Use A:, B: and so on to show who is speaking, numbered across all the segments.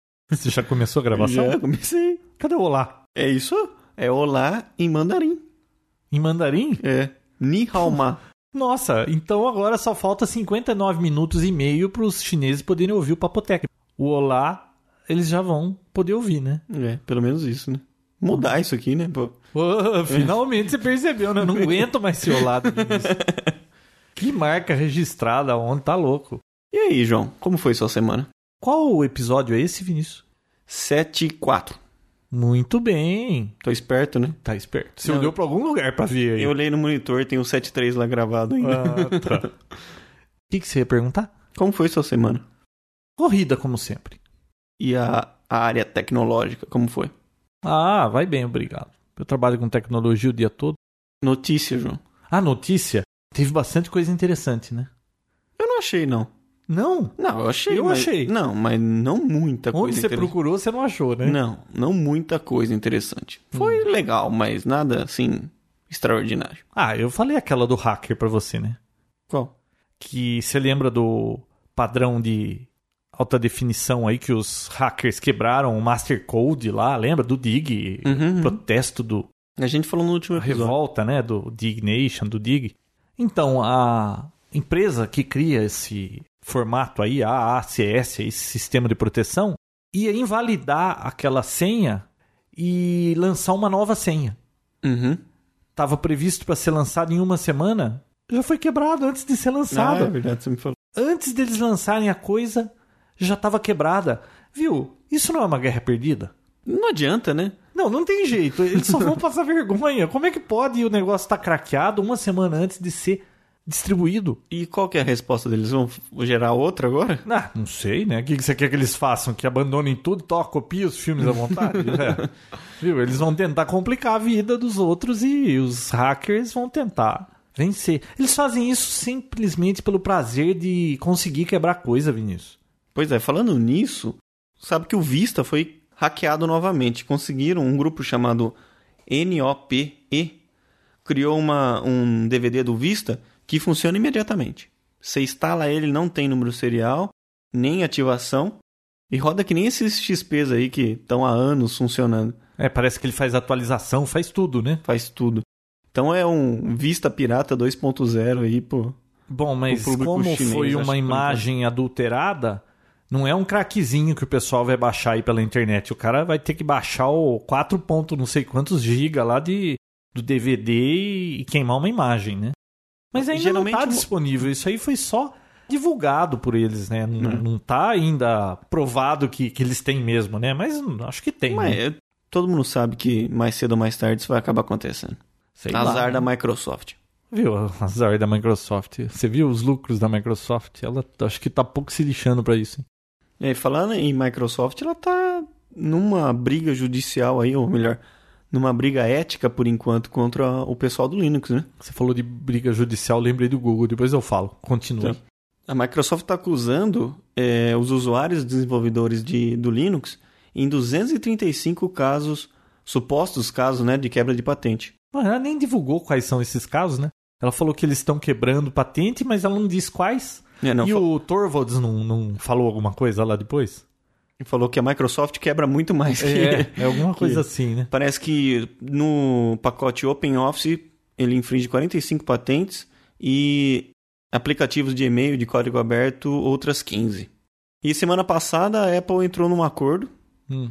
A: Você já começou a gravação?
B: Já comecei.
A: Cadê o olá?
B: É isso? É olá em mandarim.
A: Em mandarim?
B: É. Nihao Ma.
A: Nossa, então agora só falta 59 minutos e meio para os chineses poderem ouvir o Papotec. O olá, eles já vão poder ouvir, né?
B: É, pelo menos isso, né? Mudar isso aqui, né? pô?
A: Ô, finalmente você percebeu, né? Eu É. não aguento mais esse olá do Vinícius. Que marca registrada onde tá louco.
B: E aí, João? Como foi sua semana?
A: Qual o episódio é esse, Vinícius?
B: 7 e 4.
A: Muito bem.
B: Tô esperto, né?
A: Tá esperto. Você
B: Não.
A: olhou para algum lugar para ver aí.
B: Eu olhei no monitor, tem o 7-3 lá gravado ainda.
A: Ah, tá. O que, que você ia perguntar?
B: Como foi sua semana?
A: Corrida, como sempre.
B: E a, a área tecnológica, como foi?
A: Ah, vai bem, obrigado. Eu trabalho com tecnologia o dia todo.
B: Notícia, João.
A: A notícia teve bastante coisa interessante, né?
B: Eu não achei, não.
A: Não.
B: Não, eu achei.
A: Eu
B: mas-
A: achei.
B: Não, mas não muita
A: Onde
B: coisa
A: você
B: interessante.
A: procurou, você não achou, né?
B: Não, não muita coisa interessante. Foi legal, mas nada assim extraordinário.
A: Ah, eu falei aquela do hacker pra você, né?
B: Qual?
A: Que você lembra do padrão de alta definição aí que os hackers quebraram o Master Code lá, lembra? Do Dig,
B: Uhum, uhum.
A: protesto do
B: A gente falou no último
A: a
B: episódio.
A: revolta, né, do Dig Nation, do Dig. Então, a empresa que cria esse formato aí, a ACS, esse sistema de proteção, ia invalidar aquela senha e lançar uma nova senha.
B: Uhum.
A: Estava previsto para ser lançado em uma semana, já foi quebrado antes de ser
B: Ah, é
A: lançado.
B: verdade, você me falou.
A: Antes deles lançarem a coisa, já estava quebrada. Viu? Isso não é uma guerra perdida?
B: Não adianta, né?
A: Não, não tem jeito. Eles só vão passar vergonha. Como é que pode o negócio estar craqueado uma semana antes de ser distribuído?
B: E qual que é a resposta deles? Vão f- gerar outra agora?
A: Ah, não sei, né? O que que você quer que eles façam? Que abandonem tudo, to, copiem os filmes à vontade? É. Viu? Eles vão tentar complicar a vida dos outros e os hackers vão tentar vencer. Eles fazem isso simplesmente pelo prazer de conseguir quebrar coisa, Vinícius.
B: Pois é, falando nisso, sabe que o Vista foi hackeado novamente. Conseguiram um grupo chamado NOPE criou uma, um DVD do Vista que funciona imediatamente. Você instala ele, não tem número serial, nem ativação, e roda que nem esses XPs aí que estão há anos funcionando.
A: É, parece que ele faz atualização, faz tudo, né?
B: Faz tudo. Então é um Vista Pirata 2.0 aí, pô.
A: Bom, mas
B: público
A: como
B: chinês,
A: foi
B: acho que
A: uma
B: foi um
A: imagem adulterada, não é um craquezinho que o pessoal vai baixar aí pela internet. O cara vai ter que baixar o 4 ponto não sei quantos giga lá de, do DVD e, e queimar uma imagem, né? Mas ainda
B: Geralmente
A: não
B: o-
A: está disponível. Isso aí foi só divulgado por eles, né? Não,
B: Hum.
A: não tá ainda provado que, que eles têm mesmo, né? Mas hum, acho que tem,
B: Mas
A: né?
B: é- todo mundo sabe que mais cedo ou mais tarde isso vai acabar acontecendo.
A: Sei lá,
B: Azar
A: né?
B: da Microsoft.
A: Viu, azar da Microsoft. Você viu os lucros da Microsoft? Ela acho que tá pouco se lixando pra isso, hein?
B: E aí, falando em Microsoft, ela tá numa briga judicial aí, ou melhor, numa briga ética por enquanto contra o pessoal do Linux, né?
A: Você falou de briga judicial, lembrei do Google, depois eu falo. Continue.
B: Tá. A Microsoft está acusando eh, os usuários e desenvolvedores de, do Linux em 235 casos, supostos casos, né, de quebra de patente.
A: Mas ela nem divulgou quais são esses casos, né? Ela falou que eles estão quebrando patente, mas ela não diz quais.
B: É, não,
A: e
B: fa-
A: o Torvalds não, não falou alguma coisa lá depois?
B: Falou que a Microsoft quebra muito mais que...
A: É, é alguma coisa assim, né?
B: Parece que no pacote Open Office ele infringe 45 patentes e aplicativos de e-mail de código aberto outras 15. E semana passada a Apple entrou num acordo,
A: Hum.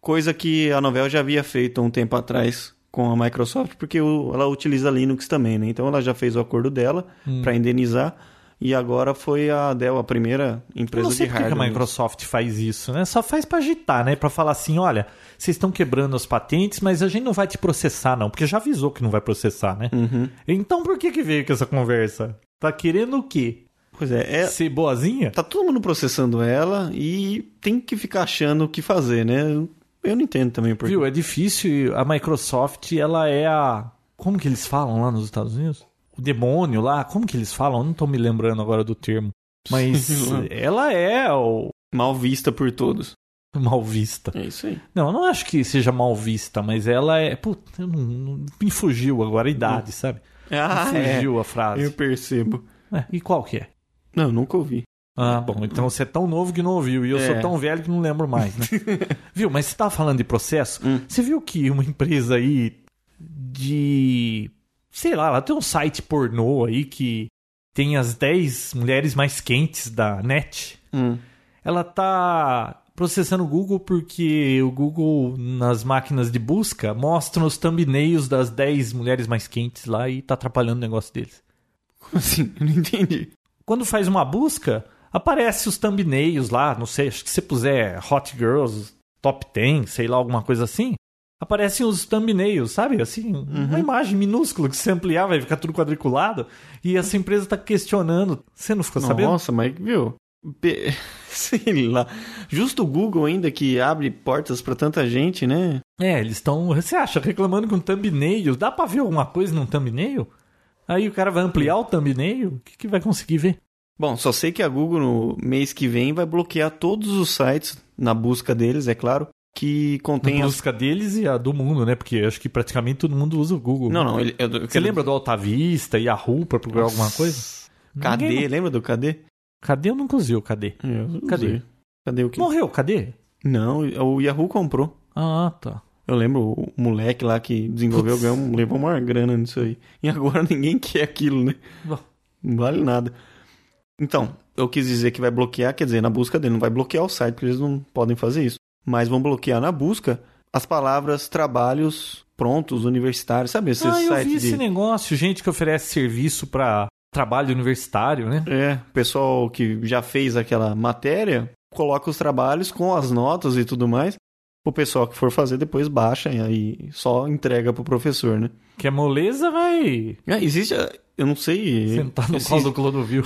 B: coisa que a Novell já havia feito há um tempo atrás com a Microsoft, porque o- ela utiliza Linux também, né? Então ela já fez o acordo dela
A: Hum.
B: para indenizar e agora foi a Dell a primeira
A: Eu
B: empresa
A: não sei
B: de
A: porque que
B: hardware.
A: a Microsoft faz isso, né? Só faz pra agitar, né? Pra falar assim, olha, vocês estão quebrando as patentes, mas a gente não vai te processar, não. Porque já avisou que não vai processar, né?
B: Uhum.
A: Então por que que veio com essa conversa? Tá querendo o quê?
B: Pois é, é,
A: Ser boazinha?
B: tá todo mundo processando ela e tem que ficar achando o que fazer, né? Eu não entendo também por
A: Viu, é difícil. A Microsoft, ela é a. Como que eles falam lá nos Estados Unidos? O demônio lá, como que eles falam? Eu não tô me lembrando agora do termo. Mas ela é o
B: mal vista por todos.
A: mal vista.
B: É isso aí.
A: Não, eu não acho que seja mal vista, mas ela é. Puta, eu não- não- me fugiu agora a idade, sabe? Me
B: Ah, é.
A: fugiu a frase.
B: Eu percebo.
A: É, e qual que é?
B: Não, nunca ouvi.
A: Ah, bom, então você é tão novo que não ouviu e eu
B: Né? Uhum. É.
A: sou tão velho que não lembro mais, né? viu, mas você tava falando de processo,
B: Hum.
A: você viu que uma empresa aí de... Sei lá, ela tem um site pornô aí que tem as 10 mulheres mais quentes da net. Ela tá processando o Google porque o Google, nas máquinas de busca, mostra os thumbnails das 10 mulheres mais quentes lá e tá atrapalhando o negócio deles
B: Como assim? Eu não entendi.
A: quando faz uma busca, aparece os thumbnails lá, não sei, acho que se puser Hot Girls Top 10, sei lá, alguma coisa assim, aparecem os thumbnails, sabe? Assim,
B: Uhum.
A: uma imagem minúscula que se ampliar vai ficar tudo quadriculado e essa empresa tá questionando. Você não ficou Tá sabendo?
B: Nossa, mas viu? Pe- Sei lá. Justo o Google ainda que abre portas pra tanta gente, né?
A: É, eles estão, você acha, reclamando com thumbnails. Dá pra ver alguma coisa num thumbnail? Aí o cara vai ampliar o thumbnail, o que, que vai conseguir ver?
B: Bom, só sei que a Google no mês que vem vai bloquear todos os sites na busca deles, é claro, que contém
A: a
B: as...
A: busca deles e a do mundo, né? Porque acho que praticamente todo mundo usa o Google.
B: Não, não, ele, eu, eu
A: Você lembra do Altavista e a Ru pra procurar alguma coisa?
B: Cadê?
A: Ninguém- É,
B: Lembra do cadê?
A: Cadê eu nunca usei o cadê? Cadê?
B: Cadê o quê?
A: Morreu, cadê?
B: Não, o Yahoo comprou.
A: Ah, tá.
B: Eu lembro o moleque lá que desenvolveu o game, levou uma grana nisso aí. E agora ninguém quer aquilo, né?
A: Bom.
B: Não vale nada. Então, eu quis dizer que vai bloquear, quer dizer, na busca dele, não vai bloquear o site, porque eles não podem fazer isso. Mas vão bloquear na busca as palavras trabalhos prontos, universitários, sabe? Esses
A: ah, eu vi
B: sites de.
A: esse negócio, gente que oferece serviço pra trabalho universitário, né?
B: É, o pessoal que já fez aquela matéria coloca os trabalhos com as notas e tudo mais. O pessoal que for fazer depois baixa e aí só entrega pro professor, né?
A: Que a moleza vai
B: Ah, existe, ah, eu não sei.
A: sentar tá no
B: Esse-
A: colo do Clodovil.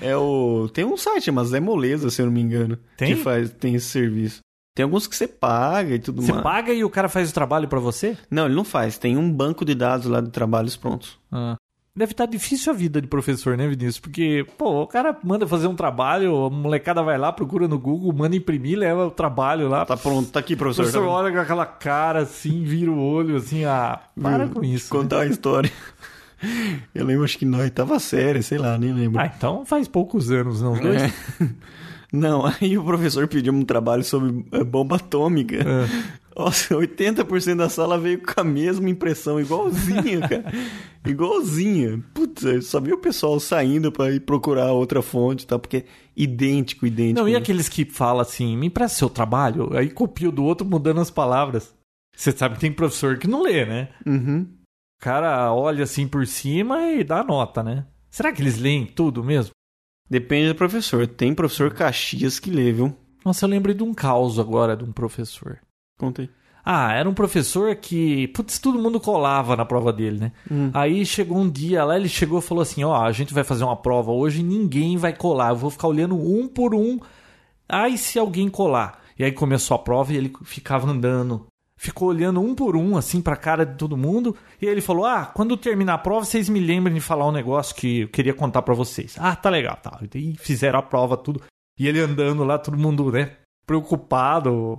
B: É o tem um site, mas é moleza, se eu não me engano,
A: Tem?
B: que faz tem esse serviço. Tem alguns que você paga e tudo
A: Você
B: mais.
A: paga e o cara faz o trabalho pra você?
B: Não, ele não faz. Tem um banco de dados lá de trabalhos prontos.
A: Ah. Deve estar difícil a vida de professor, né, Vinícius? Porque, pô, o cara manda fazer um trabalho, a molecada vai lá, procura no Google, manda imprimir, leva o trabalho lá.
B: Tá pronto, tá aqui,
A: O
B: professor.
A: professor
B: tá bom.
A: olha com aquela cara assim, vira o olho assim, ah, para
B: Viu?
A: com isso. né?
B: Hum, Contar uma história. Eu lembro, acho que nós tava sério, sei lá, nem lembro.
A: Ah, então faz poucos anos, não? Os dois?
B: É. Não, aí o professor pediu um trabalho sobre eh, bomba atômica.
A: É.
B: Nossa, 80% da sala veio com a mesma impressão, igualzinha, cara. igualzinha. Putz, eu só vi o pessoal saindo pra ir procurar outra fonte e tal, porque é idêntico, idêntico.
A: Não, e
B: né?
A: aqueles que falam assim, me empresta seu trabalho, aí copia o do outro mudando as palavras. Você sabe que tem professor que não lê, né?
B: Uhum.
A: O cara olha assim por cima e dá nota, né? Será que eles leem tudo mesmo?
B: Depende do professor. Tem professor Caxias que lê, viu?
A: Nossa, eu lembrei de um caos agora de um professor.
B: Conta aí.
A: Ah, era um professor que, putz, todo mundo colava na prova dele, né?
B: Hum.
A: Aí chegou um dia lá, ele chegou e falou assim: Ó, a gente vai fazer uma prova hoje, e ninguém vai colar, eu vou ficar olhando um por um. Ai, se alguém colar. E aí começou a prova e ele ficava andando. Ficou olhando um por um, assim, pra cara de todo mundo. E aí ele falou: Ah, quando terminar a prova, vocês me lembrem de falar um negócio que eu queria contar pra vocês. Ah, tá legal, tá. E fizeram a prova, tudo. E ele andando lá, todo mundo, né? Preocupado.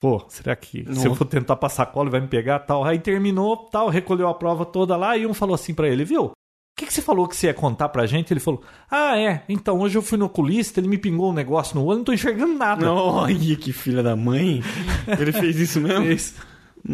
A: Pô, será que se eu
B: Nossa.
A: for tentar passar cola, vai me pegar tal? Aí terminou, tal, recolheu a prova toda lá e um falou assim pra ele, viu? O que, que você falou que você ia contar pra gente? Ele falou, ah, é, então hoje eu fui no oculista, ele me pingou um negócio no olho, não tô enxergando nada.
B: Olha que filha da mãe. Ele fez isso mesmo?
A: Esse-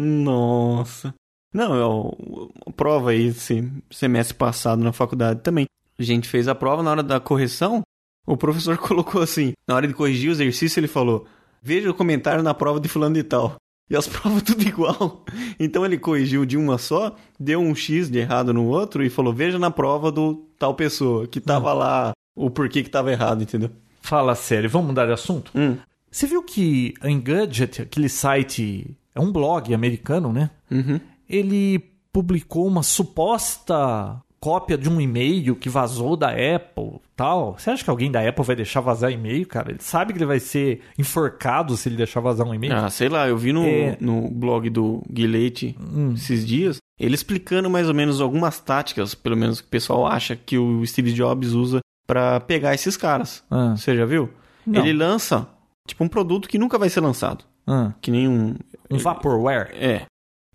B: Nossa. Não, eu, a prova aí esse semestre passado na faculdade também. A gente fez a prova na hora da correção. O professor colocou assim, na hora de corrigir o exercício, ele falou: "Veja o comentário na prova de fulano de tal". E as provas tudo igual. Então ele corrigiu de uma só, deu um X de errado no outro e falou: "Veja na prova do tal pessoa que tava lá o porquê que tava errado", entendeu?
A: Fala sério, vamos mudar de assunto?
B: Hum.
A: Você viu que a Engadget, aquele site, é um blog americano, né?
B: Uhum.
A: Ele publicou uma suposta cópia de um e-mail que vazou da Apple tal. Você acha que alguém da Apple vai deixar vazar e-mail, cara? Ele sabe que ele vai ser enforcado se ele deixar vazar um e-mail.
B: Ah, sei lá, eu vi no,
A: É.
B: no blog do Guilherme
A: Hum.
B: esses dias, ele explicando mais ou menos algumas táticas, pelo menos que o pessoal acha que o Steve Jobs usa pra pegar esses caras.
A: Ah,
B: Você já viu?
A: Não.
B: Ele lança, tipo, um produto que nunca vai ser lançado.
A: ah,
B: Que nem um...
A: um vaporware.
B: É.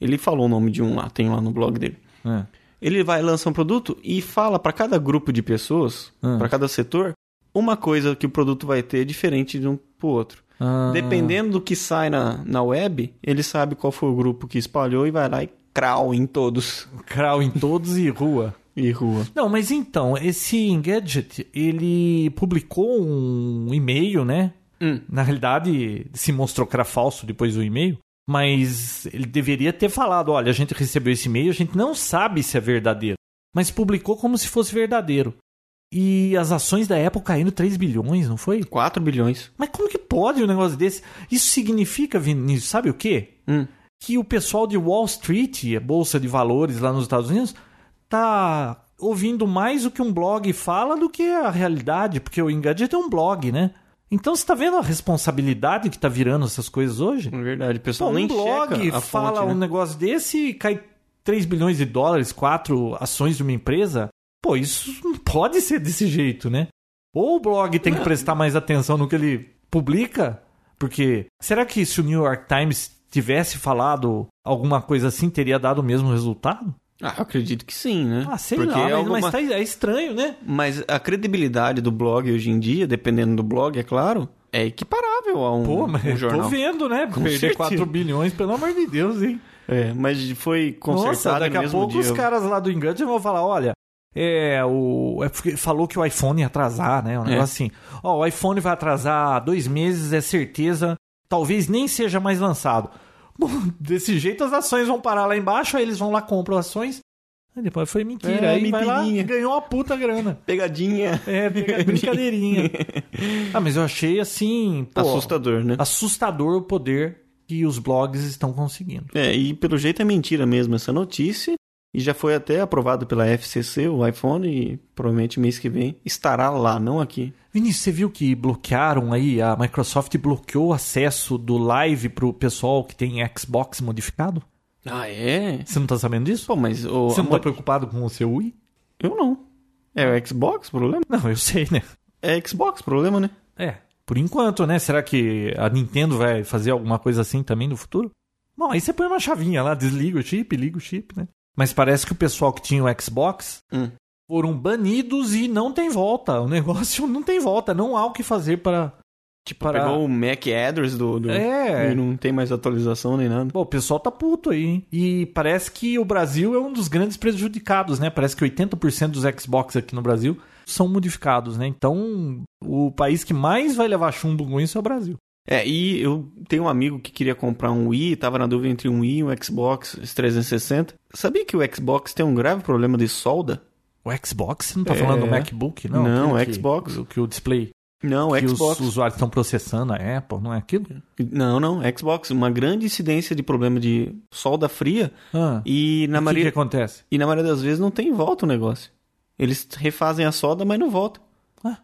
B: Ele falou o nome de um lá, tem lá no blog dele.
A: Ah,
B: Ele vai lançar um produto e fala pra cada grupo de pessoas,
A: Hum.
B: pra cada setor, uma coisa que o produto vai ter diferente de um pro outro.
A: ah.
B: Dependendo do que sai na, na web, ele sabe qual foi o grupo que espalhou e vai lá e crau em todos.
A: Crau em todos e rua.
B: E rua.
A: Não, mas então, esse Engadget, ele publicou um e-mail, né?
B: Hum.
A: Na realidade, se mostrou que era falso depois do e-mail, mas ele deveria ter falado: olha, a gente recebeu esse e-mail, a gente não sabe se é verdadeiro, mas publicou como se fosse verdadeiro. E as ações da Apple caindo 3 bilhões, não foi?
B: 4 bilhões.
A: Mas como que pode um negócio desse? Isso significa, Vinícius, sabe o quê?
B: Hum.
A: que o pessoal de Wall Street, a bolsa de valores lá nos Estados Unidos, tá ouvindo mais o que um blog fala do que a realidade, porque o Engadget é um blog, né? Então você tá vendo a responsabilidade que tá virando essas coisas hoje?
B: É verdade, o
A: Pô,
B: pessoal nem
A: um blog
B: checa a
A: fala
B: fonte,
A: um
B: né?
A: negócio desse e cai 3 bilhões de dólares, 4 ações de uma empresa. Pô, isso não pode ser desse jeito, né? Ou o blog tem
B: É.
A: que prestar mais atenção no que ele publica, porque será que se o New York Times tivesse falado alguma coisa assim, teria dado o mesmo resultado?
B: Ah, eu acredito que sim, né?
A: Ah, sei
B: Porque
A: lá, mas,
B: é alguma...
A: mas tá- é estranho, né?
B: Mas a credibilidade do blog hoje em dia, dependendo do blog, é claro, é equiparável a um,
A: Pô, mas
B: um
A: eu tô
B: jornal.
A: vendo, né?
B: Com
A: Perder
B: certeza.
A: 4 bilhões, pelo amor de Deus, hein?
B: É, mas foi consertado
A: Nossa, daqui
B: no
A: a
B: mesmo
A: pouco
B: dia.
A: os caras lá do Engadget vão falar, olha, é, o, é porque falou que o iPhone ia atrasar, né? Um
B: É.
A: negócio assim. Ó, o iPhone vai atrasar dois meses, é certeza. Talvez nem seja mais lançado. Bom, desse jeito as ações vão parar lá embaixo, aí eles vão lá, compram ações. Aí depois foi mentira,
B: É,
A: aí vai lá,
B: mentirinha.
A: ganhou uma puta grana.
B: Pegadinha.
A: É, brinca- brincadeirinha. ah, mas eu achei assim, pô,
B: Assustador, né?
A: assustador o poder que os blogs estão conseguindo.
B: É, e pelo jeito é mentira mesmo essa notícia. E já foi até aprovado pela FCC o iPhone e provavelmente mês que vem estará lá, não aqui.
A: Vinícius, você viu que bloquearam aí, a Microsoft bloqueou o acesso do Live pro pessoal que tem Xbox modificado?
B: Ah, é?
A: Você não tá sabendo disso?
B: Pô, mas o...
A: Você
B: a
A: não tá
B: mo-
A: preocupado com o seu Wii?
B: Eu não. É o Xbox o problema?
A: Não, eu sei, né?
B: É Xbox o problema, né?
A: É, por enquanto, né? Será que a Nintendo vai fazer alguma coisa assim também no futuro? Bom, aí você põe uma chavinha lá, desliga o chip, liga o chip, né? Mas parece que o pessoal que tinha o Xbox
B: Hum.
A: foram banidos e não tem volta. O negócio não tem volta, não há o que fazer para... Tipo,
B: Pegou o Mac Address do... do...
A: É.
B: E não tem mais atualização nem nada.
A: Bom, o pessoal tá puto aí, hein? E parece que o Brasil é um dos grandes prejudicados, né? Parece que 80% dos Xbox aqui no Brasil são modificados, né? Então, o país que mais vai levar chumbo com isso é o Brasil.
B: É, e eu tenho um amigo que queria comprar um Wii, tava na dúvida entre um Wii e um Xbox 360. Sabia que o Xbox tem um grave problema de solda?
A: O Xbox? Você não tá
B: É.
A: falando do MacBook, não?
B: Não,
A: Aquele que-
B: Xbox.
A: o que o display
B: Não,
A: que
B: Xbox.
A: os usuários estão processando, a Apple, não é aquilo?
B: Não, não, Xbox, uma grande incidência de problema de solda fria
A: Ah,
B: e na,
A: o que
B: maioria,
A: que é? acontece?
B: e na maioria das vezes não tem volta o negócio. Eles refazem a solda, mas não volta.
A: Ah.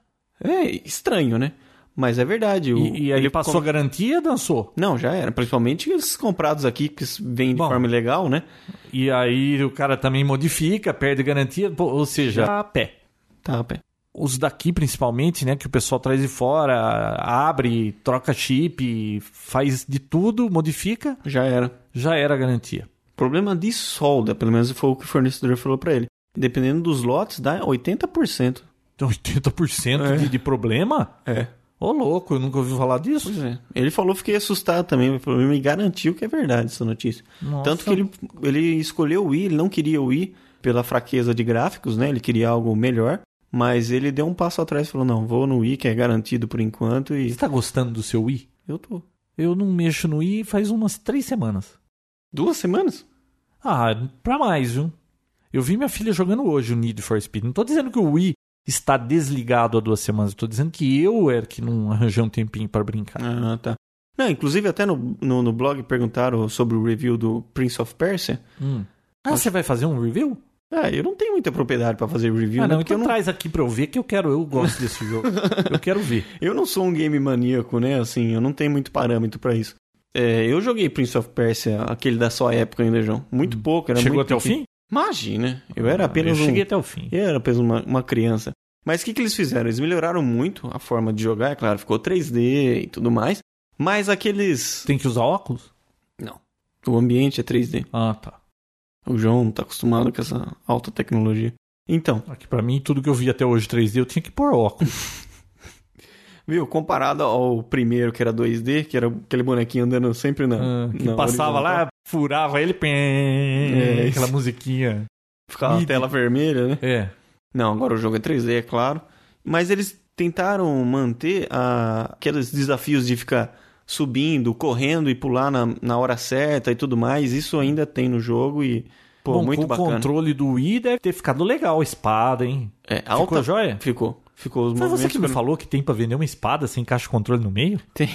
B: É estranho, né? Mas é verdade. o-
A: E, e aí
B: ele
A: passou
B: com-
A: a garantia, dançou.
B: Não, já era. Principalmente esses comprados aqui que vêm de
A: Bom.
B: forma ilegal, né?
A: E aí o cara também modifica, perde garantia, pô, ou seja, a pé.
B: Tá, pé.
A: os daqui principalmente, né, que o pessoal traz de fora, abre, troca chip, faz de tudo, modifica,
B: Já era.
A: já era a garantia.
B: Problema de solda, pelo menos foi o que o fornecedor falou pra ele. Dependendo dos lotes, dá 80%.
A: Então 80% de, de problema?
B: É.
A: Ô louco, eu nunca ouvi falar disso.
B: Pois é. Ele falou, fiquei assustado também, mas pelo menos me garantiu que é verdade essa notícia.
A: Nossa.
B: Tanto que ele, ele escolheu o Wii, ele não queria o Wii pela fraqueza de gráficos, né? Ele queria algo melhor, mas ele deu um passo atrás e falou, não, vou no Wii que é garantido por enquanto
A: Você
B: e
A: tá gostando do seu i?
B: eu tô.
A: Eu não mexo no i faz umas três semanas.
B: Duas semanas?
A: Ah, pra mais, viu? Eu vi minha filha jogando hoje o Need for Speed. Não tô dizendo que o Wii está desligado há duas semanas. Eu tô dizendo que eu era que não arranjei um tempinho pra brincar.
B: Ah, tá. Não, inclusive até no, no, no blog perguntaram sobre o review do Prince of Persia.
A: Hum. Ah, você vai fazer um review?
B: É, eu não tenho muita propriedade pra fazer review,
A: Ah,
B: né?
A: não,
B: Porque
A: então
B: eu, não,
A: traz aqui pra eu ver que eu quero, eu gosto desse jogo. Eu quero ver.
B: eu não sou um game maníaco, né? Assim, eu não tenho muito parâmetro pra isso. É, eu joguei Prince of Persia, aquele da sua época ainda, João. Muito pouco, era
A: Hum. Chegou
B: muito
A: até o
B: pequeno.
A: fim? Ah,
B: Imagina, eu era apenas
A: Eu
B: um
A: cheguei até o fim.
B: Eu era apenas uma, uma criança. Mas o que, que eles fizeram? Eles melhoraram muito a forma de jogar, é claro, ficou 3D e tudo mais. Mas aqueles.
A: Tem que usar óculos?
B: O ambiente é 3D.
A: Ah, tá.
B: O João não tá acostumado com essa alta tecnologia. Então,
A: Aqui pra mim, tudo que eu vi até hoje 3D, eu tinha que pôr óculos.
B: viu? Comparado ao primeiro, que era 2D, que era aquele bonequinho andando sempre na.
A: Ah, que
B: Não,
A: passava
B: horizontal.
A: lá, furava ele, pem,
B: É,
A: aquela
B: isso.
A: musiquinha.
B: Ficava a
A: mid.
B: tela vermelha, né?
A: É.
B: Não, agora o jogo é 3D, é claro. Mas eles tentaram manter a- aqueles desafios de ficar subindo, correndo e pular na, na hora certa e tudo mais. Isso ainda tem no jogo e, pô,
A: Bom,
B: muito
A: com o
B: bacana.
A: controle do Wii deve ter ficado legal a espada, hein?
B: É,
A: Ficou
B: alta... um
A: joia?
B: Ficou. Ficou os
A: Foi
B: movimentos...
A: você que me falou que tem pra vender uma espada, você encaixa o controle no meio?
B: Tem...